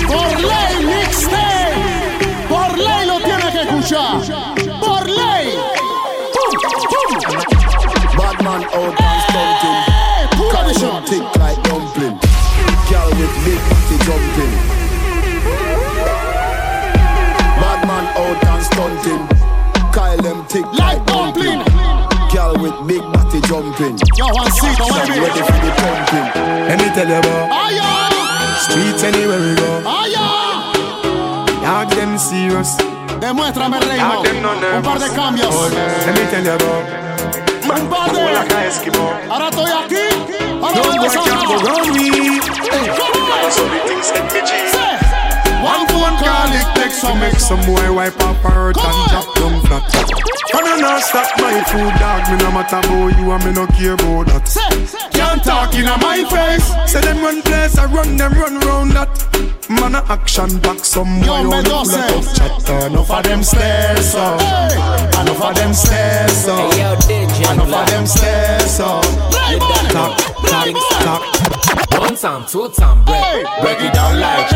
S2: Por ley, mixtape. Por ley lo tienes que escuchar. Por ley.
S4: Badman out and
S2: Eh,
S4: stunting. Condition thick like dumpling. Girl with big booty jumping. Badman out and stunting. Kyle them thick like dumpling. Girl with big booty jumping.
S2: Yo, one seat, I wanna
S4: Some
S2: be-
S4: ready for the pumping. Let me tell you about streets anywhere we go. Dog them serious.
S2: Demuéstrame, Raymond. Un par de cambios.
S4: Let me tell you about
S2: Un par de. Ahora estoy aquí. Ahora voy a
S4: Don't
S2: pasar.
S4: go around me.
S2: One
S4: phone call it takes some make some boy wipe up hurt and drop down flat. Can I not stop my food dog? Me no matter about you and me no care about that. Can't talk in my face. Say them run place, I run them run round that. Man a action back some boy
S2: Yo, me
S4: on the
S2: doce.
S4: block of chatter. Enough of them stairs up. Enough of them stairs up. Enough of them stairs up. Talk, talk, talk. One time, two time, break, break it down like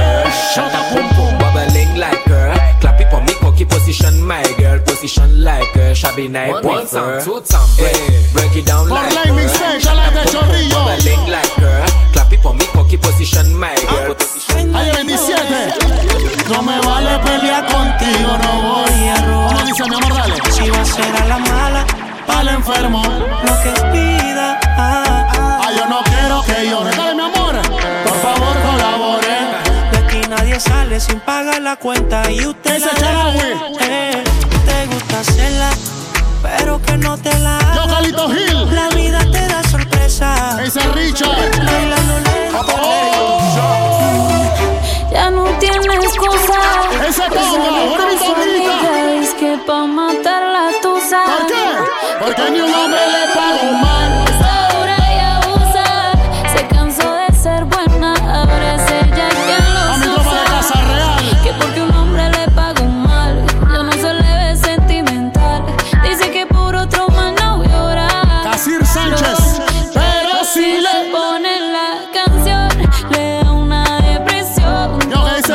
S40: Shut up, boom boom, bubbling like her. Clap it for me, cocky position, my girl. Position like her, shabby night.
S2: One
S40: time,
S2: time, two
S40: time, break, break it down
S2: Por
S40: like
S2: ley, mi
S40: her.
S2: seis, ya la de chorrillo.
S40: Bubbling like her. Clap it for me, cocky position, my girl. Position.
S2: Año 27. No me vale pelear contigo, no voy a robar. Uno dice, mi amor, dale. Si va a ser a la mala, al enfermo. Lo que pida. Ah, yo no quiero que llore. Dale, mi amor. Por favor, colabore.
S4: De aquí nadie sale sin pagar la cuenta y usted
S2: Ese
S4: la
S2: charawi.
S4: da. Eh, te gusta hacerla, pero que no te la haga.
S2: Yo, Calito Gil.
S4: La vida te da sorpresa.
S2: Ese Richard. Oh,
S4: Bailando lento.
S7: Ya no tienes cosa.
S2: Esa
S7: Pues
S2: tonga,
S7: sale
S2: ahora mi
S7: con su
S2: tonguita.
S7: amiga, Es que pa' matar la tusa.
S2: ¿Por qué? Porque ni un hombre le paga un mal.
S7: Ahora ella abusa. Se cansó de ser buena. Ahora es ella quien
S2: A mi
S7: los
S2: tropa de
S7: usa.
S2: Casa Real.
S7: Que porque un hombre le paga un mal.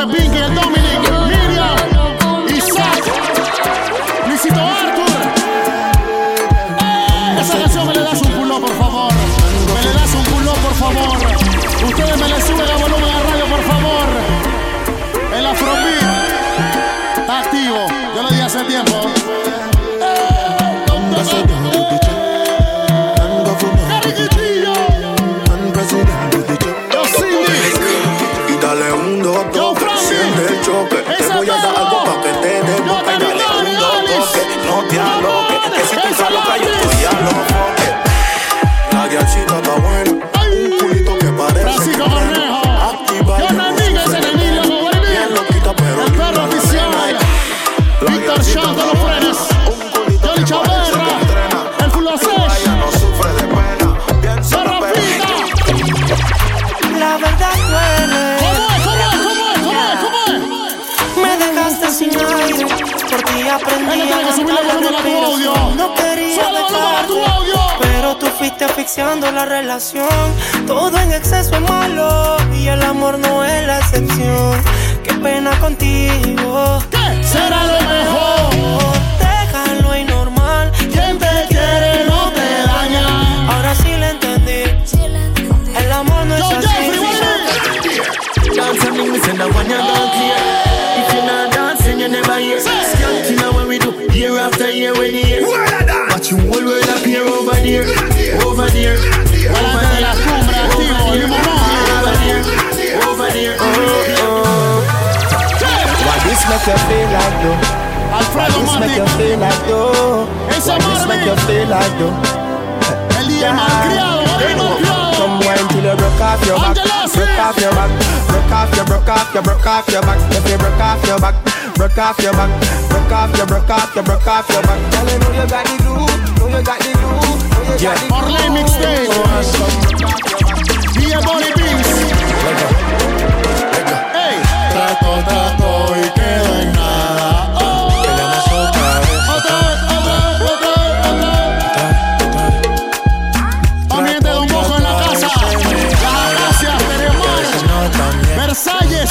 S2: eh, Dominic, Miriam, Isaac, Luisito Arthur. ¡Eh! Esa canción me le das un culo, por favor. Me le das un culo, por favor. Ustedes me le suben a volumen a radio, por favor. El Afrobeat está activo. Yo lo dije hace tiempo.
S1: Y dale un dos toque, siente el choque. Te voy a dar algo pa' que te dé boca. Y dale un dos toque, no te aloques. Que si tú estás loca, yo estoy a los foques. La guiachita está buena, un culito que parece que frena. Activa el dulce, bien loquita, pero linda la nena. La guiachita está buena, un culito que parece que frena. Ella no sufre de pena, bien
S13: La verdad duele. Me dejaste sin aire. Por ti aprendí
S2: Dale,
S13: a
S2: dale, subile
S13: cantar
S2: el volumen a tu
S13: respiros.
S2: audio.
S13: No quería
S2: Sube el volumen a tu
S13: dejarte,
S2: audio.
S13: Pero tú fuiste asfixiando la relación. Todo en exceso es malo. Y el amor no es la excepción. Qué pena contigo.
S2: Será lo mejor.
S13: Déjalo y normal.
S2: Quien te quiere no te daña.
S13: Ahora sí lo entendí. El amor no es así.
S42: Dance and me send a one you don't care. If you not dancing, you never hear. Skanking now what we do year after year when you hear. Watch you whole world appear over there, over there, over there, over there, over there, over there, over there.
S43: Why this make you feel like though? Why this make you feel like though? Why this make you feel like though? El día malcriado, el malcriado. Come wine till you broke off your back, broke off your back, broke off your, broke off your, broke off your back. If you broke off your back, broke off your back, broke off your, broke off your, broke off your back. Girl, you know you got the glue, know you got the glue, know you got the glue. Orlay mixtape.
S2: Via Bonnie
S1: Trato, trato y quedo en nada. Quedamos otra vez.
S2: Ambiente de un mojo en la casa. Las gracias, tenemos. Versalles.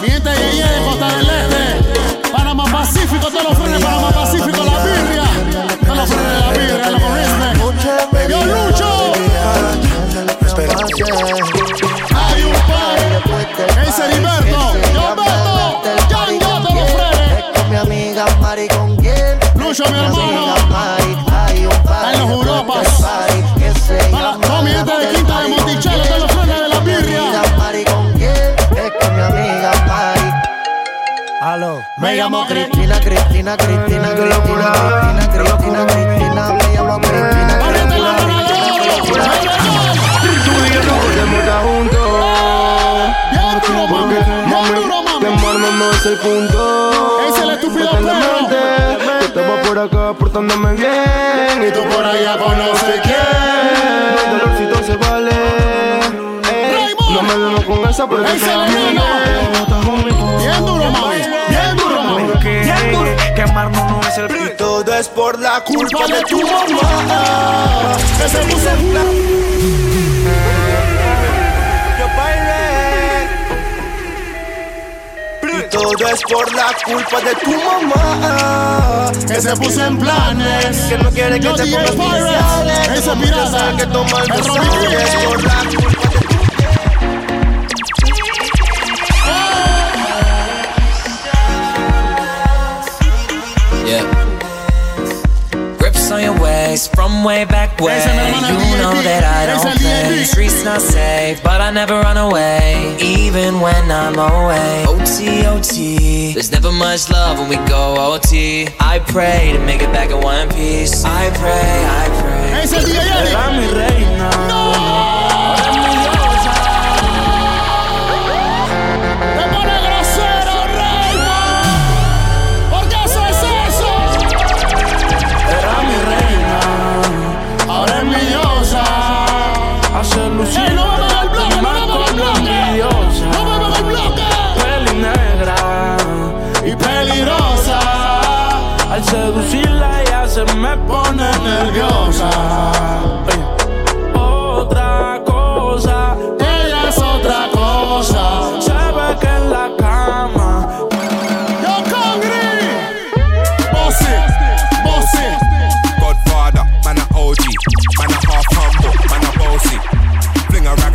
S2: Mi gente de Yeye de Costa del Este. Panamá Pacífico, todos los frenes de Panamá Pacífico, la birria. Todos los frenes de la birria, los corrisme. Yo lucho. Hay un par. Ese Heriberto. Yo meto. Yo yo todos los frenes.
S44: Con mi amiga Mari, ¿con quién?
S2: Lucho, mi hermano.
S44: Hay un par.
S2: En los Europas. Para- No, mi gente de Quinta de Monticello, todos los frenes de la birria.
S44: Mari, ¿con quién? Es con mi amiga Mari.
S43: Aló.
S44: Me llamo Cristina, Cristina, Cristina, Cristina, Cristina, Cristina, Cristina, me llamo Cristina. Cristina, Cristina,
S4: Tú y yo nos podemos juntos. Porque, mami, de amarme no es el punto. Es el estúpido Yo estaba por acá portándome bien. Y tú por allá con no sé quién. El dolorcito se vale. Ey, No me vengo con esa porque
S2: Ese veneno. Bien duro, mami. Bien duro, mami. Bien duro.
S4: Quemarnos no es el punto. Todo es por la culpa de tu mamá.
S2: Que se puso
S4: Y Todo es por la culpa de tu mamá
S2: Que se puso en planes
S4: Que no quiere que
S2: Yo
S4: te
S2: DJ
S4: pongas
S2: Pirates,
S4: mis
S2: ese pirata.
S4: Que tomar
S2: El
S4: mis
S2: Robbie
S4: sales
S2: King.
S4: por la culpa
S5: Yeah. Grips on your waist from way back when. You know that I don't play. Streets not safe, but I never run away. Even when I'm away. OT, OT. There's never much love when we go OT. I pray to make it back in one piece. I pray, I pray.
S2: Ese DJ Eric.
S4: Era mi reina
S2: Ahora
S4: mi diosa.
S2: ¡Te pone grosero, Raymond! ¿Por qué haces eso?
S4: Era mi reina
S2: Ahora es mi diosa
S4: Hace lucir
S2: ¡Ey, no me muevan el bloque, no me muevan el bloque! ¡No me muevan el bloque!
S4: Peli negra
S2: Y peligrosa
S4: Al seducirla ella se me pone nerviosa Ey. Otra cosa
S2: Ella es otra cosa
S4: Sabe que en la cama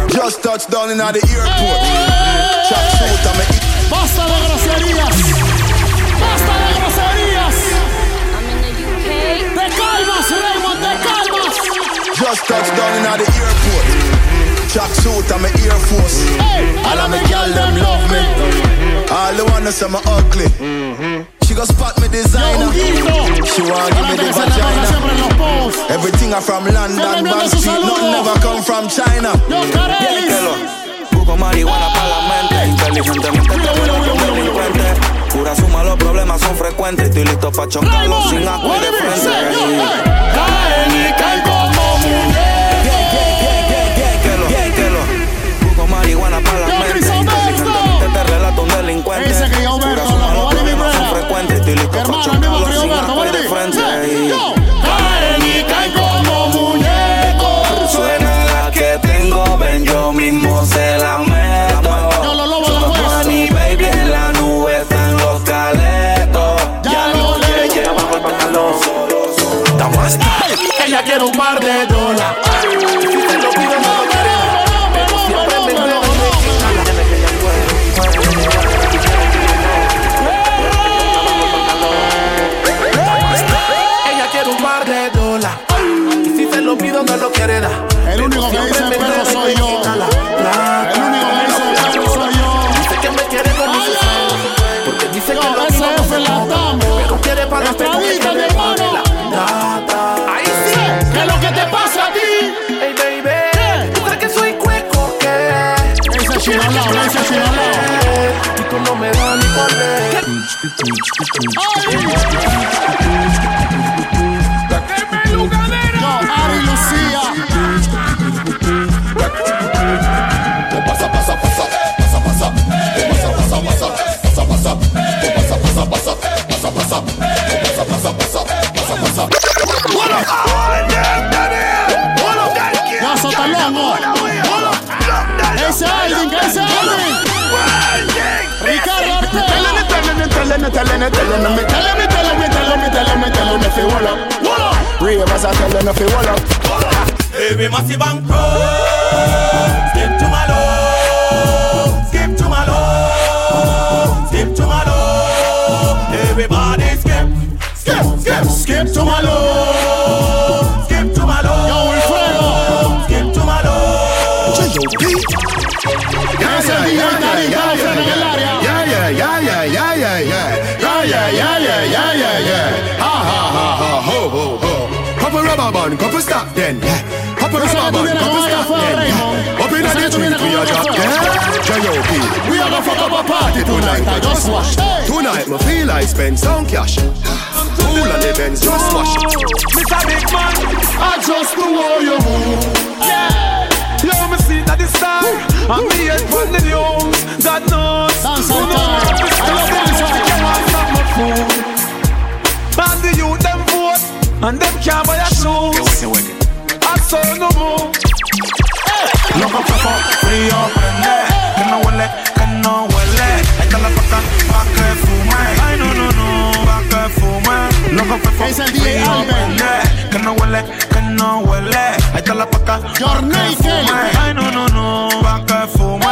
S4: Just touched down in the airport. Chop suit, I'm a
S2: Basta de groserías. Basta de groserías. Te calmas, Raymond, te calmas.
S4: Just touched down in the airport. Chuck suit, I'm a Air Force. All of me girl, them love me. All the wanna say I'm ugly. She gon' spot me designer. She wanna give me the vagina. Everything I from London, Bank Street, nothing never come from China.
S2: Hello.
S13: Busco marihuana para la mente. Inteligentemente te vuelvo un delincuente. Pura suma, los problemas son frecuentes. Estoy listo pa' chocarlos sin agua y de frente. Caen y caen como muñecos. Busco marihuana para la mente. Inteligentemente te relato un delincuente. Pura suma, los problemas son frecuentes. Estoy listo pa' chocarlos sin agua y de frente. Caen y caen como muñecos. Suena la que tengo, ven yo mismo se la meto. Yo lo lobo, baby en la nube están los caletos. Ya no le llevamos el pantalón. Estamos hasta.
S45: Ella quiere un par de dólares.
S13: Ella quiere un par de dólares. Y si se lo pido, no lo quiere dar.
S2: El único que dice perro soy yo. El único que dice perro soy yo.
S13: Dice que me quiere con mi Porque dice que lo pido.
S2: Esa F la damos.
S13: Pero quiere para los
S2: Estadita, mi hermano.
S13: Ahí sí.
S2: ¿Qué es lo que te pasa a ti?
S13: Hey, baby. Tú crees que soy cueco, ¿qué?
S2: Esa chinalao, esa chinalao.
S13: Y tú no me das ni por leer.
S2: Yo, Ari Lucía.
S4: Pasa, pasa, pasa, pasa, pasa. Pasa, pasa, pasa, pasa, pasa. Pasa, pasa, pasa, pasa, pasa. Pasa, pasa, pasa, pasa, pasa.
S2: Ya sotalongo. Ese Alvin, ese Alvin. Ricardo
S1: Eh,
S9: Baby Massive and Pro. Skip to my low. Skip to my low. Skip to my low. Everybody skip. Skip, skip, skip to my low. Skip to my low. Yo, Alfredo. Skip to my low.
S2: Ya, ya, ya, ya, ya,
S9: ya, ya,
S46: Yeah, yeah,
S9: ya, ya, ya, ya, ya.
S46: yeah, yeah, yeah, yeah, yeah. Ha, ha, ha, ha, ho, ho, ho. Couple rubber band, couple stop then. yeah. Couple
S2: Esa que
S46: rubber
S2: tú
S46: band, couple
S2: vienes con ella
S46: stop
S2: fue
S46: then.
S2: Raymond.
S46: yeah. Up in
S2: Esa
S46: the
S2: que tú
S46: street,
S2: vienes
S46: we
S2: con
S46: are
S2: ella
S46: drop
S2: fue.
S46: yeah. J.O.P. We are gonna fuck up a party tonight, I just watch. Tonight, me feel I spend some cash. Cool and the Benz, just watch.
S9: Mr. Big Man, I just do all your move. Yeah. Yo, me see that the star, and me head from the news. God knows, who knows? I love them, so I can't stop my food. And the youth them vote, and them can't buy a shoes. I saw no more.
S1: Loco fresco, frío, prende Que no huele, que no huele Ahí está la paca pa' que fume Ay, no, no, no, pa' que fume Loco fresco, frío, prende Que no huele, que no huele Ahí está la paca pa' que fume Ay, no, no, no, pa' que fume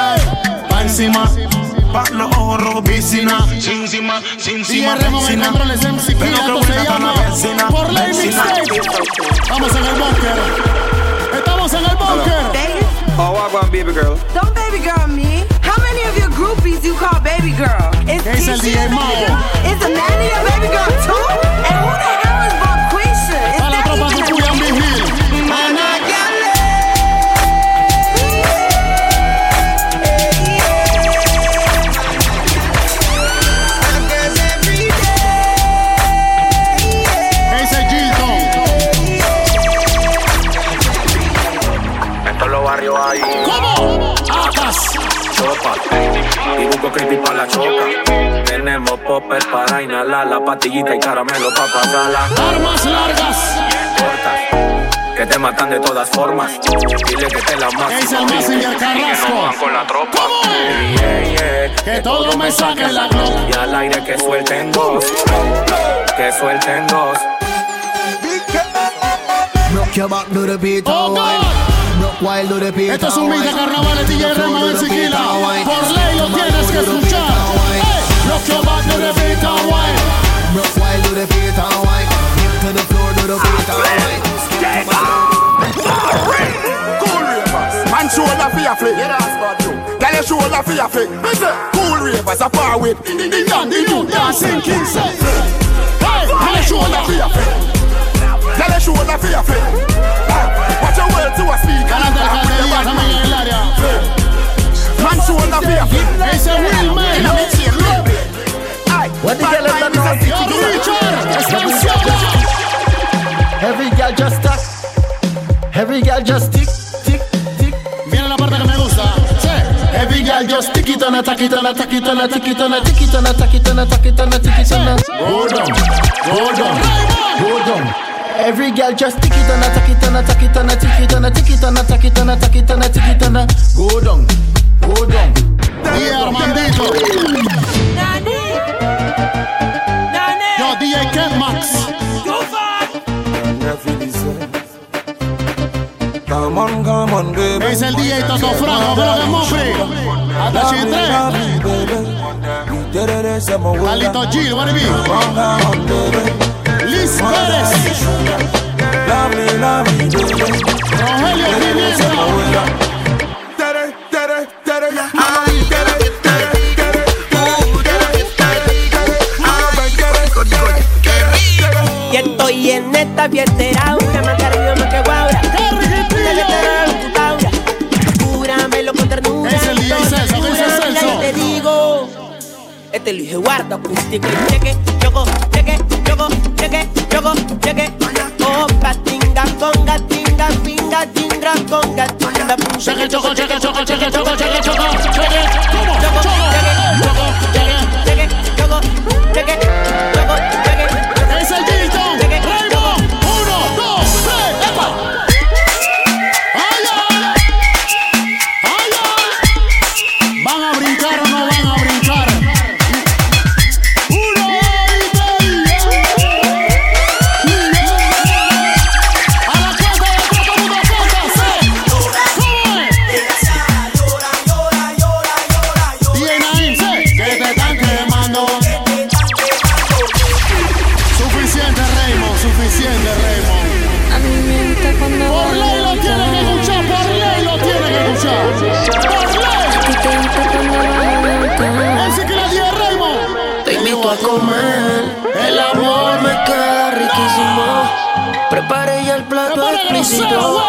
S1: Pa' encima Pa' los ojos robicina Sin encima, sin encima,
S2: Cierre con el
S1: vecina.
S2: control de MC
S1: Pero
S2: Pilato,
S1: que
S2: se
S1: buena está la
S2: llama
S1: vecina,
S2: Por Ley
S1: vecina.
S2: Mixtape. Vamos en el bunker. Estamos en el bunker.
S47: Oh, wagwan, baby girl. Don't baby girl me. How many of your groupies you call baby girl? Is
S2: Es
S47: Keisha
S2: el DJ
S47: your baby
S2: Mao.
S47: girl? Is the man your baby girl too? And who the hell is Bonquisha? Is
S2: A la
S47: that
S2: tropa
S47: even a
S2: de Julián
S47: name?
S2: Vigil. Ese Gilton.
S13: En todos los barrios hay.
S2: ¿Cómo? Atas.
S13: Chopa. Y busco creepy para la choca. Tenemos popper para inhalar la pastillita y caramelo para pasarla.
S2: Armas largas.
S13: Que te matan de todas formas. Dile que te la máxima.
S2: Es el Mazinger Carrasco.
S13: Y que no van con la tropa.
S2: Que todo me saque la gloria.
S13: Y al aire que suelten dos. Que suelten dos. Knock your back to the beat, oh, wine. Knock Wild do the pita,
S2: Esto es un mix de
S13: wild.
S2: carnavales, DJ Remo
S13: Flow
S2: en
S13: do the
S2: Siquila.
S13: pita, wild.
S2: Por ley lo tienes que escuchar. Ey, rock your back do the beat and wine.
S13: Rock wild do the pita, wild. Hip to the floor do the pita, wild.
S48: Man shoulder for your flick Girl your shoulder for your flick Cool ravers a par with Ding ding ding dong ding dong dancing king say Hey, girl your shoulder for your flick Girl your shoulder for your flick Watch your words to a speaker Man shoulder for your flick
S2: It's a real man.
S48: Inna me chain link.
S13: What the hell is that now? Every girl just tack. Every girl just tick, tick, tick.
S2: Viene la parte que me gusta. Sí.
S13: Every girl just tick it on a tack it on a tack it on a tick it on a tick it on a tack it on a tack it on a tick it on a. Go down, go down, go down. Every girl just tick it on a tack it on a tack it on a tick it on a tick it on a tack it on a tack it on a tick it on a. Go down, go down.
S2: Yeah, Armandito. Yo, DJ Ken Max.
S48: Come on, come on, baby.
S2: Es el DJ Toto Franco, pero que mofre. Hasta Chitre. Carlito Gil, what it be? Liz Pérez. Rogelio Pimienta.
S9: Y estoy en esta fiestera, que más cariño más que guaura. Cúramelo con ternura. Es el día Yo te digo, este lo dije guarda, acústico y cheque, choco, cheque, choco, cheque, choco, cheque. Oh, Opa, tinga, conga, tinga, pinga, tinga, conga, tinga, pinga.
S2: Cheque, choco, cheque, choco, cheque, choco, cheque, choco, cheque. ¿Cómo? Choco, choco, cheque,
S9: cheque, choco, cheque, choco, cheque.
S2: Es el Gilton. Raymond. Uno, dos, tres, epa. ¿Van a brincar o no van a brincar? Uno, A la cuenta de tres, todo el mundo apunta, sí. ¿Cómo es? DJ Naim, sí. Que te están quemando. Suficiente, Raymond, suficiente, Raymond.
S49: A mí me gusta cuando
S2: Por ley lo tiene que escuchar, por ley lo tiene que escuchar. Por ley. Así que la tía Raymond.
S9: Te invito a comer, el amor me queda riquísimo. Preparé ya el plato explícito.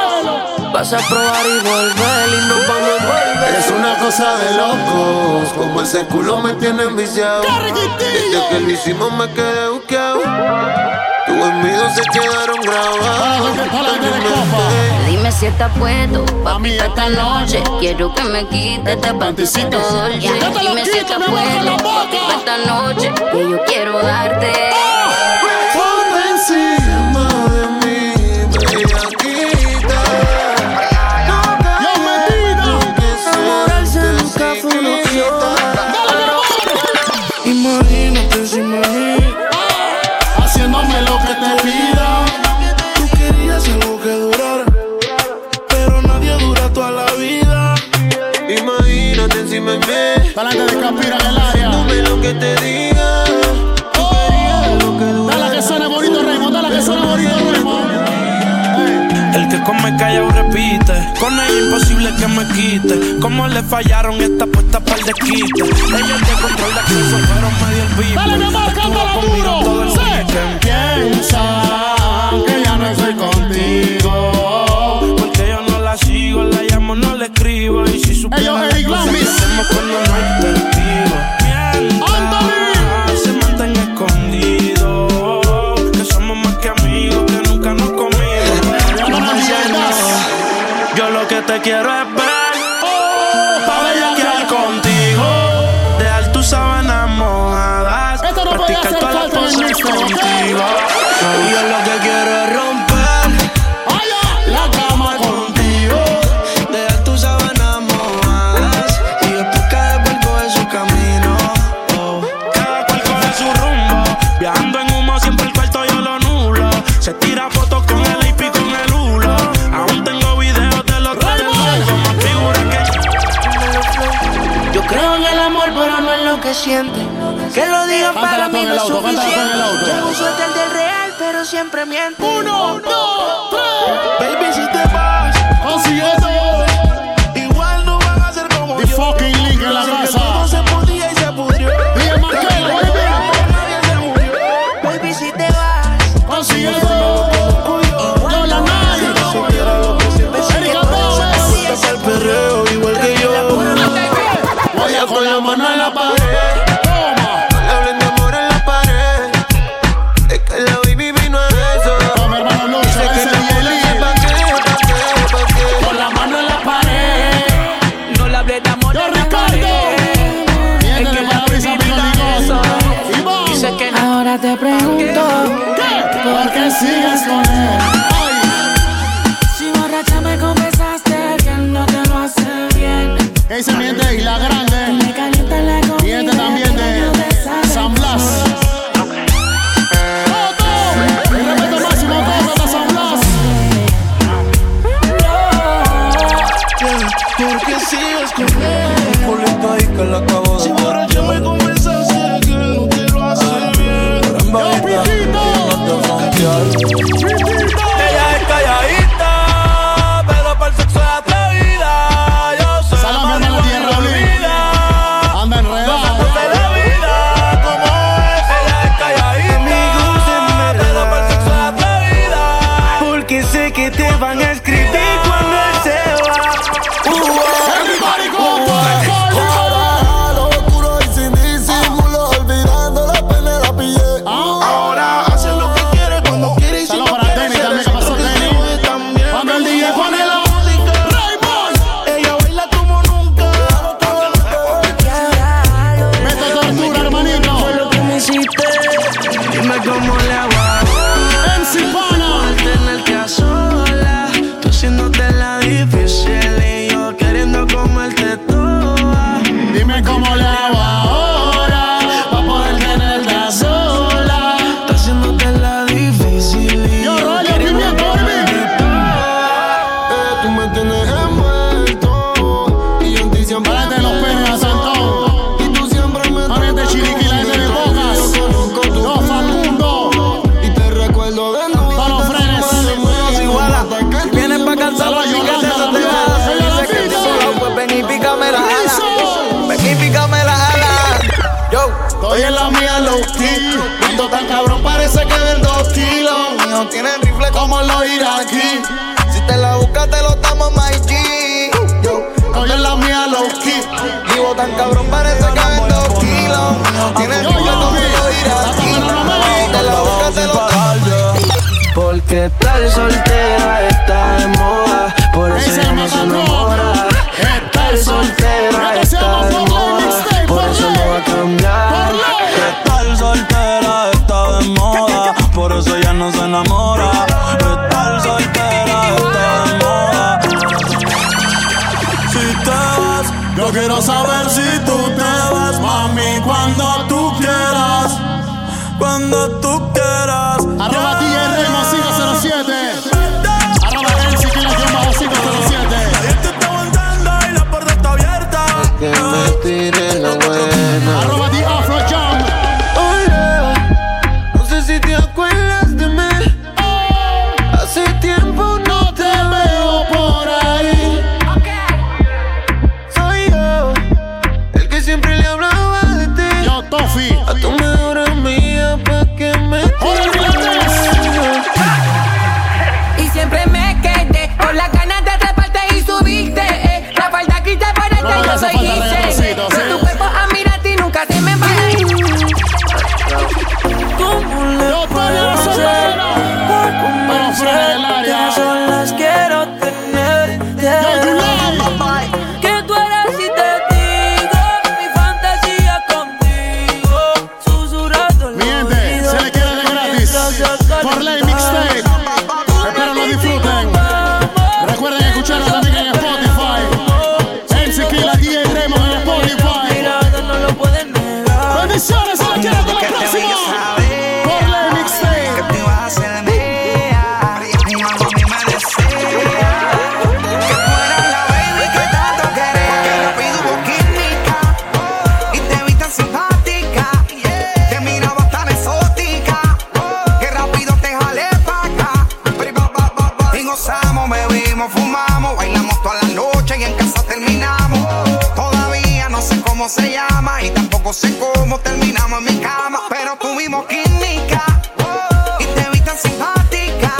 S9: Vas a probar y volver y nos vamos a volver.
S4: Es una cosa de locos, como ese culo me tiene enviciado. Desde que lo hicimos me quedé buqueado. Tus envidios se quedaron grabados.
S7: Dime si estás puesto, papi, esta noche Quiero que me quites este pantisito dolce Ya te lo Dime si quito, estás me voy con la puesto, papi, pa' esta noche Que yo quiero darte
S4: Ponte encima de mí, bellaquita. No
S9: Enamorarse nunca fue una opción. Imagínate sin mí.
S2: Haciéndome lo que te pida.
S9: Tú querías algo que durara, pero nadie dura toda la vida.
S4: Imagínate encima de mí.
S2: Palante de Campira en el área.
S4: Dame lo que te diga.
S2: Oh. Dale que suene bonito, Raymond, dale que suene bonito, Raymond.
S5: El que come callao repite, con ella imposible que me quite. Como le fallaron esta puesta para el desquite. Ella te controla acceso, pero me dio el vivo.
S2: Dale, mi amor, cántala duro. Sí. Piensa que ya no estoy contigo.
S5: Porque yo no la sigo, la llamo, no le escribo. Y si
S2: Ellos,
S5: supiera
S2: Eric
S5: las cosas que
S2: Lamis.
S5: hacemos cuando no hay testigo. Mientras se mantenga escondido. Que somos más que amigos, que nunca nos comimos. No me llenas. Yo lo que te quiero es ver. Pa' bellaquear contigo. Dejar tus sábanas mojadas.
S2: no puede
S5: Practicar
S2: hacer
S5: todas las
S2: falta en el
S5: cosas
S2: mixto, ¿ok?
S5: contigo. Y yo lo que quiero es romper
S2: la cama
S5: contigo. Dejar tus sábanas mojadas. Y después cada cual coge su camino. oh. Cada cual coge su rumbo. Viajando en humo, siempre el cuarto yo lo nulo. Se tira fotos con el IP y con el hulo. Aún tengo videos de los tres
S2: Cántala tú
S9: mí
S2: en
S9: no
S2: el
S9: es
S2: auto, cántala tú en el
S9: suficiente.
S2: auto.
S9: Llevo un suéter del real, pero siempre miento.
S2: Uno, dos, tres.
S9: Baby, si te vas,
S2: Consigue
S9: Igual no van a ser como
S2: The fucking link en la casa.
S9: podía y se pudrió.
S2: Dile, Markel, oye,
S9: Baby, si te vas,
S2: Consigue
S9: Igual no vas a ser como yo. Pensé que todo eso hacía el perreo igual que yo.
S2: Voy a con la mano en la pared.
S13: Le hablen de amor en la pared. Es que la baby vino a eso.
S2: Toma, hermano Lucho, ese DJ Lee. Con la mano en la pared.
S50: No le hablé de amor
S2: Yo, Ricardo. Viene de Parabrisas Melodicoso. Dice
S50: que
S7: Ahora te pregunto ¿Por qué sigues con él? Si borracha me confesaste Que él no te lo hace bien
S2: Ese miente y la grande. Miente también de San Blas. Toto, el respeto máximo Toto de San Blas.
S13: ¿Por qué sigues con él? Culito ahí que la acabo de Si borracho me confesaste que no te lo hace bien. Carambadita, yo no te frontear. Ella es calladita, pero para el sexo es atrevida. Yo soy la
S2: Salam, hermano Tierra Olí. Anda enredado.
S13: Porque sé que te van a escribir cuando él se va.
S2: Everybody go
S13: Ahora,
S2: a
S13: lo oscuro y sin disimulo, olvidando la pena la pillé. Ahora hace lo que quiere cuando quiere y si no
S2: para
S13: quiere
S2: Denny
S13: se
S2: también, que pasó Denny.
S13: también.
S2: Cuando el DJ pone la
S13: música,
S2: Ella baila como nunca. Mete tortura, hermanito. Fue lo que me hiciste.
S13: Dime cómo le hago ahora. Por tenerte a sola, tú haciéndote la difícil y yo queriendo comerte toda.
S2: Dime cómo le hago ahora Pa' poder tenerte a sola
S13: Tú haciéndote la difícil y
S2: Yo rollo,
S13: queriendo
S2: pimienta,
S13: comerte toda. eh, Tú me tienes envuelto y yo en ti siempre
S2: Párate los perros a Santón.
S13: Y tú siempre me
S2: A ver, este chiriqui, la gente de Bocas. No, Facundo.
S13: Y te recuerdo de nuevo.
S2: Pa' los frenes.
S13: Vienes pa'
S2: cansar los piquetes, no te
S13: vas.
S2: Dice que estoy solo,
S13: pues ven y pícame
S2: la ala.
S13: Ven y pícame la ala. Yo,
S2: estoy en la mía low key. Ando tan cabrón, parece que ven dos kilos.
S13: No tienen rifle
S2: Como los iraquí.
S13: Si te la buscas, te lo damos, Mikey. Yo,
S2: Estoy en la mía low key.
S13: vivo tan cabrón, parece que ven dos kilos. No tienen
S2: Yo,
S13: rifle
S2: yo,
S13: como
S2: vi.
S13: los iraquí. Si te la buscas, te lo damos. Porque tal soltera está de moda, por eso ya no se enamora. Tal soltera está de moda, por eso no va a cambiar.
S51: Estar soltera está de moda, por eso ya no se enamora.
S13: pues
S51: Estar soltera está de moda.
S13: Si te vas,
S2: yo quiero saber si tú te vas, mami, cuando tú quieras.
S13: Cuando tú quieras.
S2: Arroba DJ Remo 507. Arroba Elsie Kila, guión bajo 507.
S13: Que me tire la buena.
S2: Arroba The Afro Jam.
S13: Hola, no sé si te acuerdas de mí. Hace tiempo no te veo por ahí. Soy yo, el que siempre le hablaba de ti.
S2: Yo, Tofi.
S13: A tu mejor amiga pa' que me tampoco sé cómo terminamos en mi cama, pero tuvimos química. oh, Y te vi tan simpática.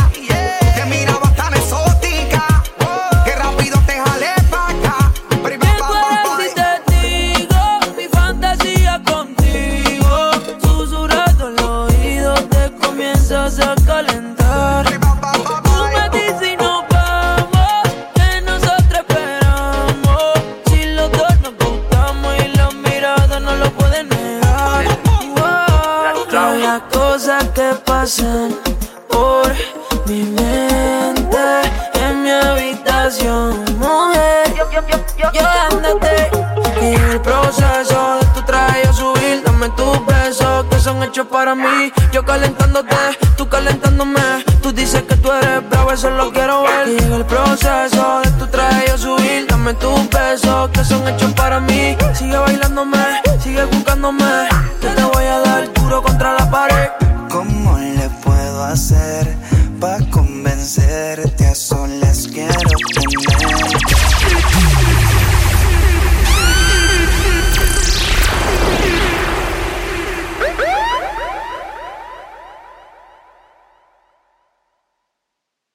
S13: Te mirabas tan exótica. oh, Que rápido te jalé para acá. Bri, ba, ba, ba, ba.
S2: Eres mi testigo, mi fantasía contigo. Susurrando al oído, te comienzas a calentar. Tú me dices y no vamos, que nosotros esperamos. Si los dos nos gustamos y las miradas no lo pueden negar. Wow, todas las cosas que pasan por mi mente en mi habitación, mujer. Yo ándate y en el proceso de tu traje yo subir, dame tus besos que son hechos para mí. Yo calentándote, tú calentándome. Tú dices que tú eres bravo, eso lo quiero ver. Y en el proceso de tu traje yo subir, dame tus besos que son hechos para mí. Sigue bailándome, sigue buscándome. Que te voy a dar duro contra la pared.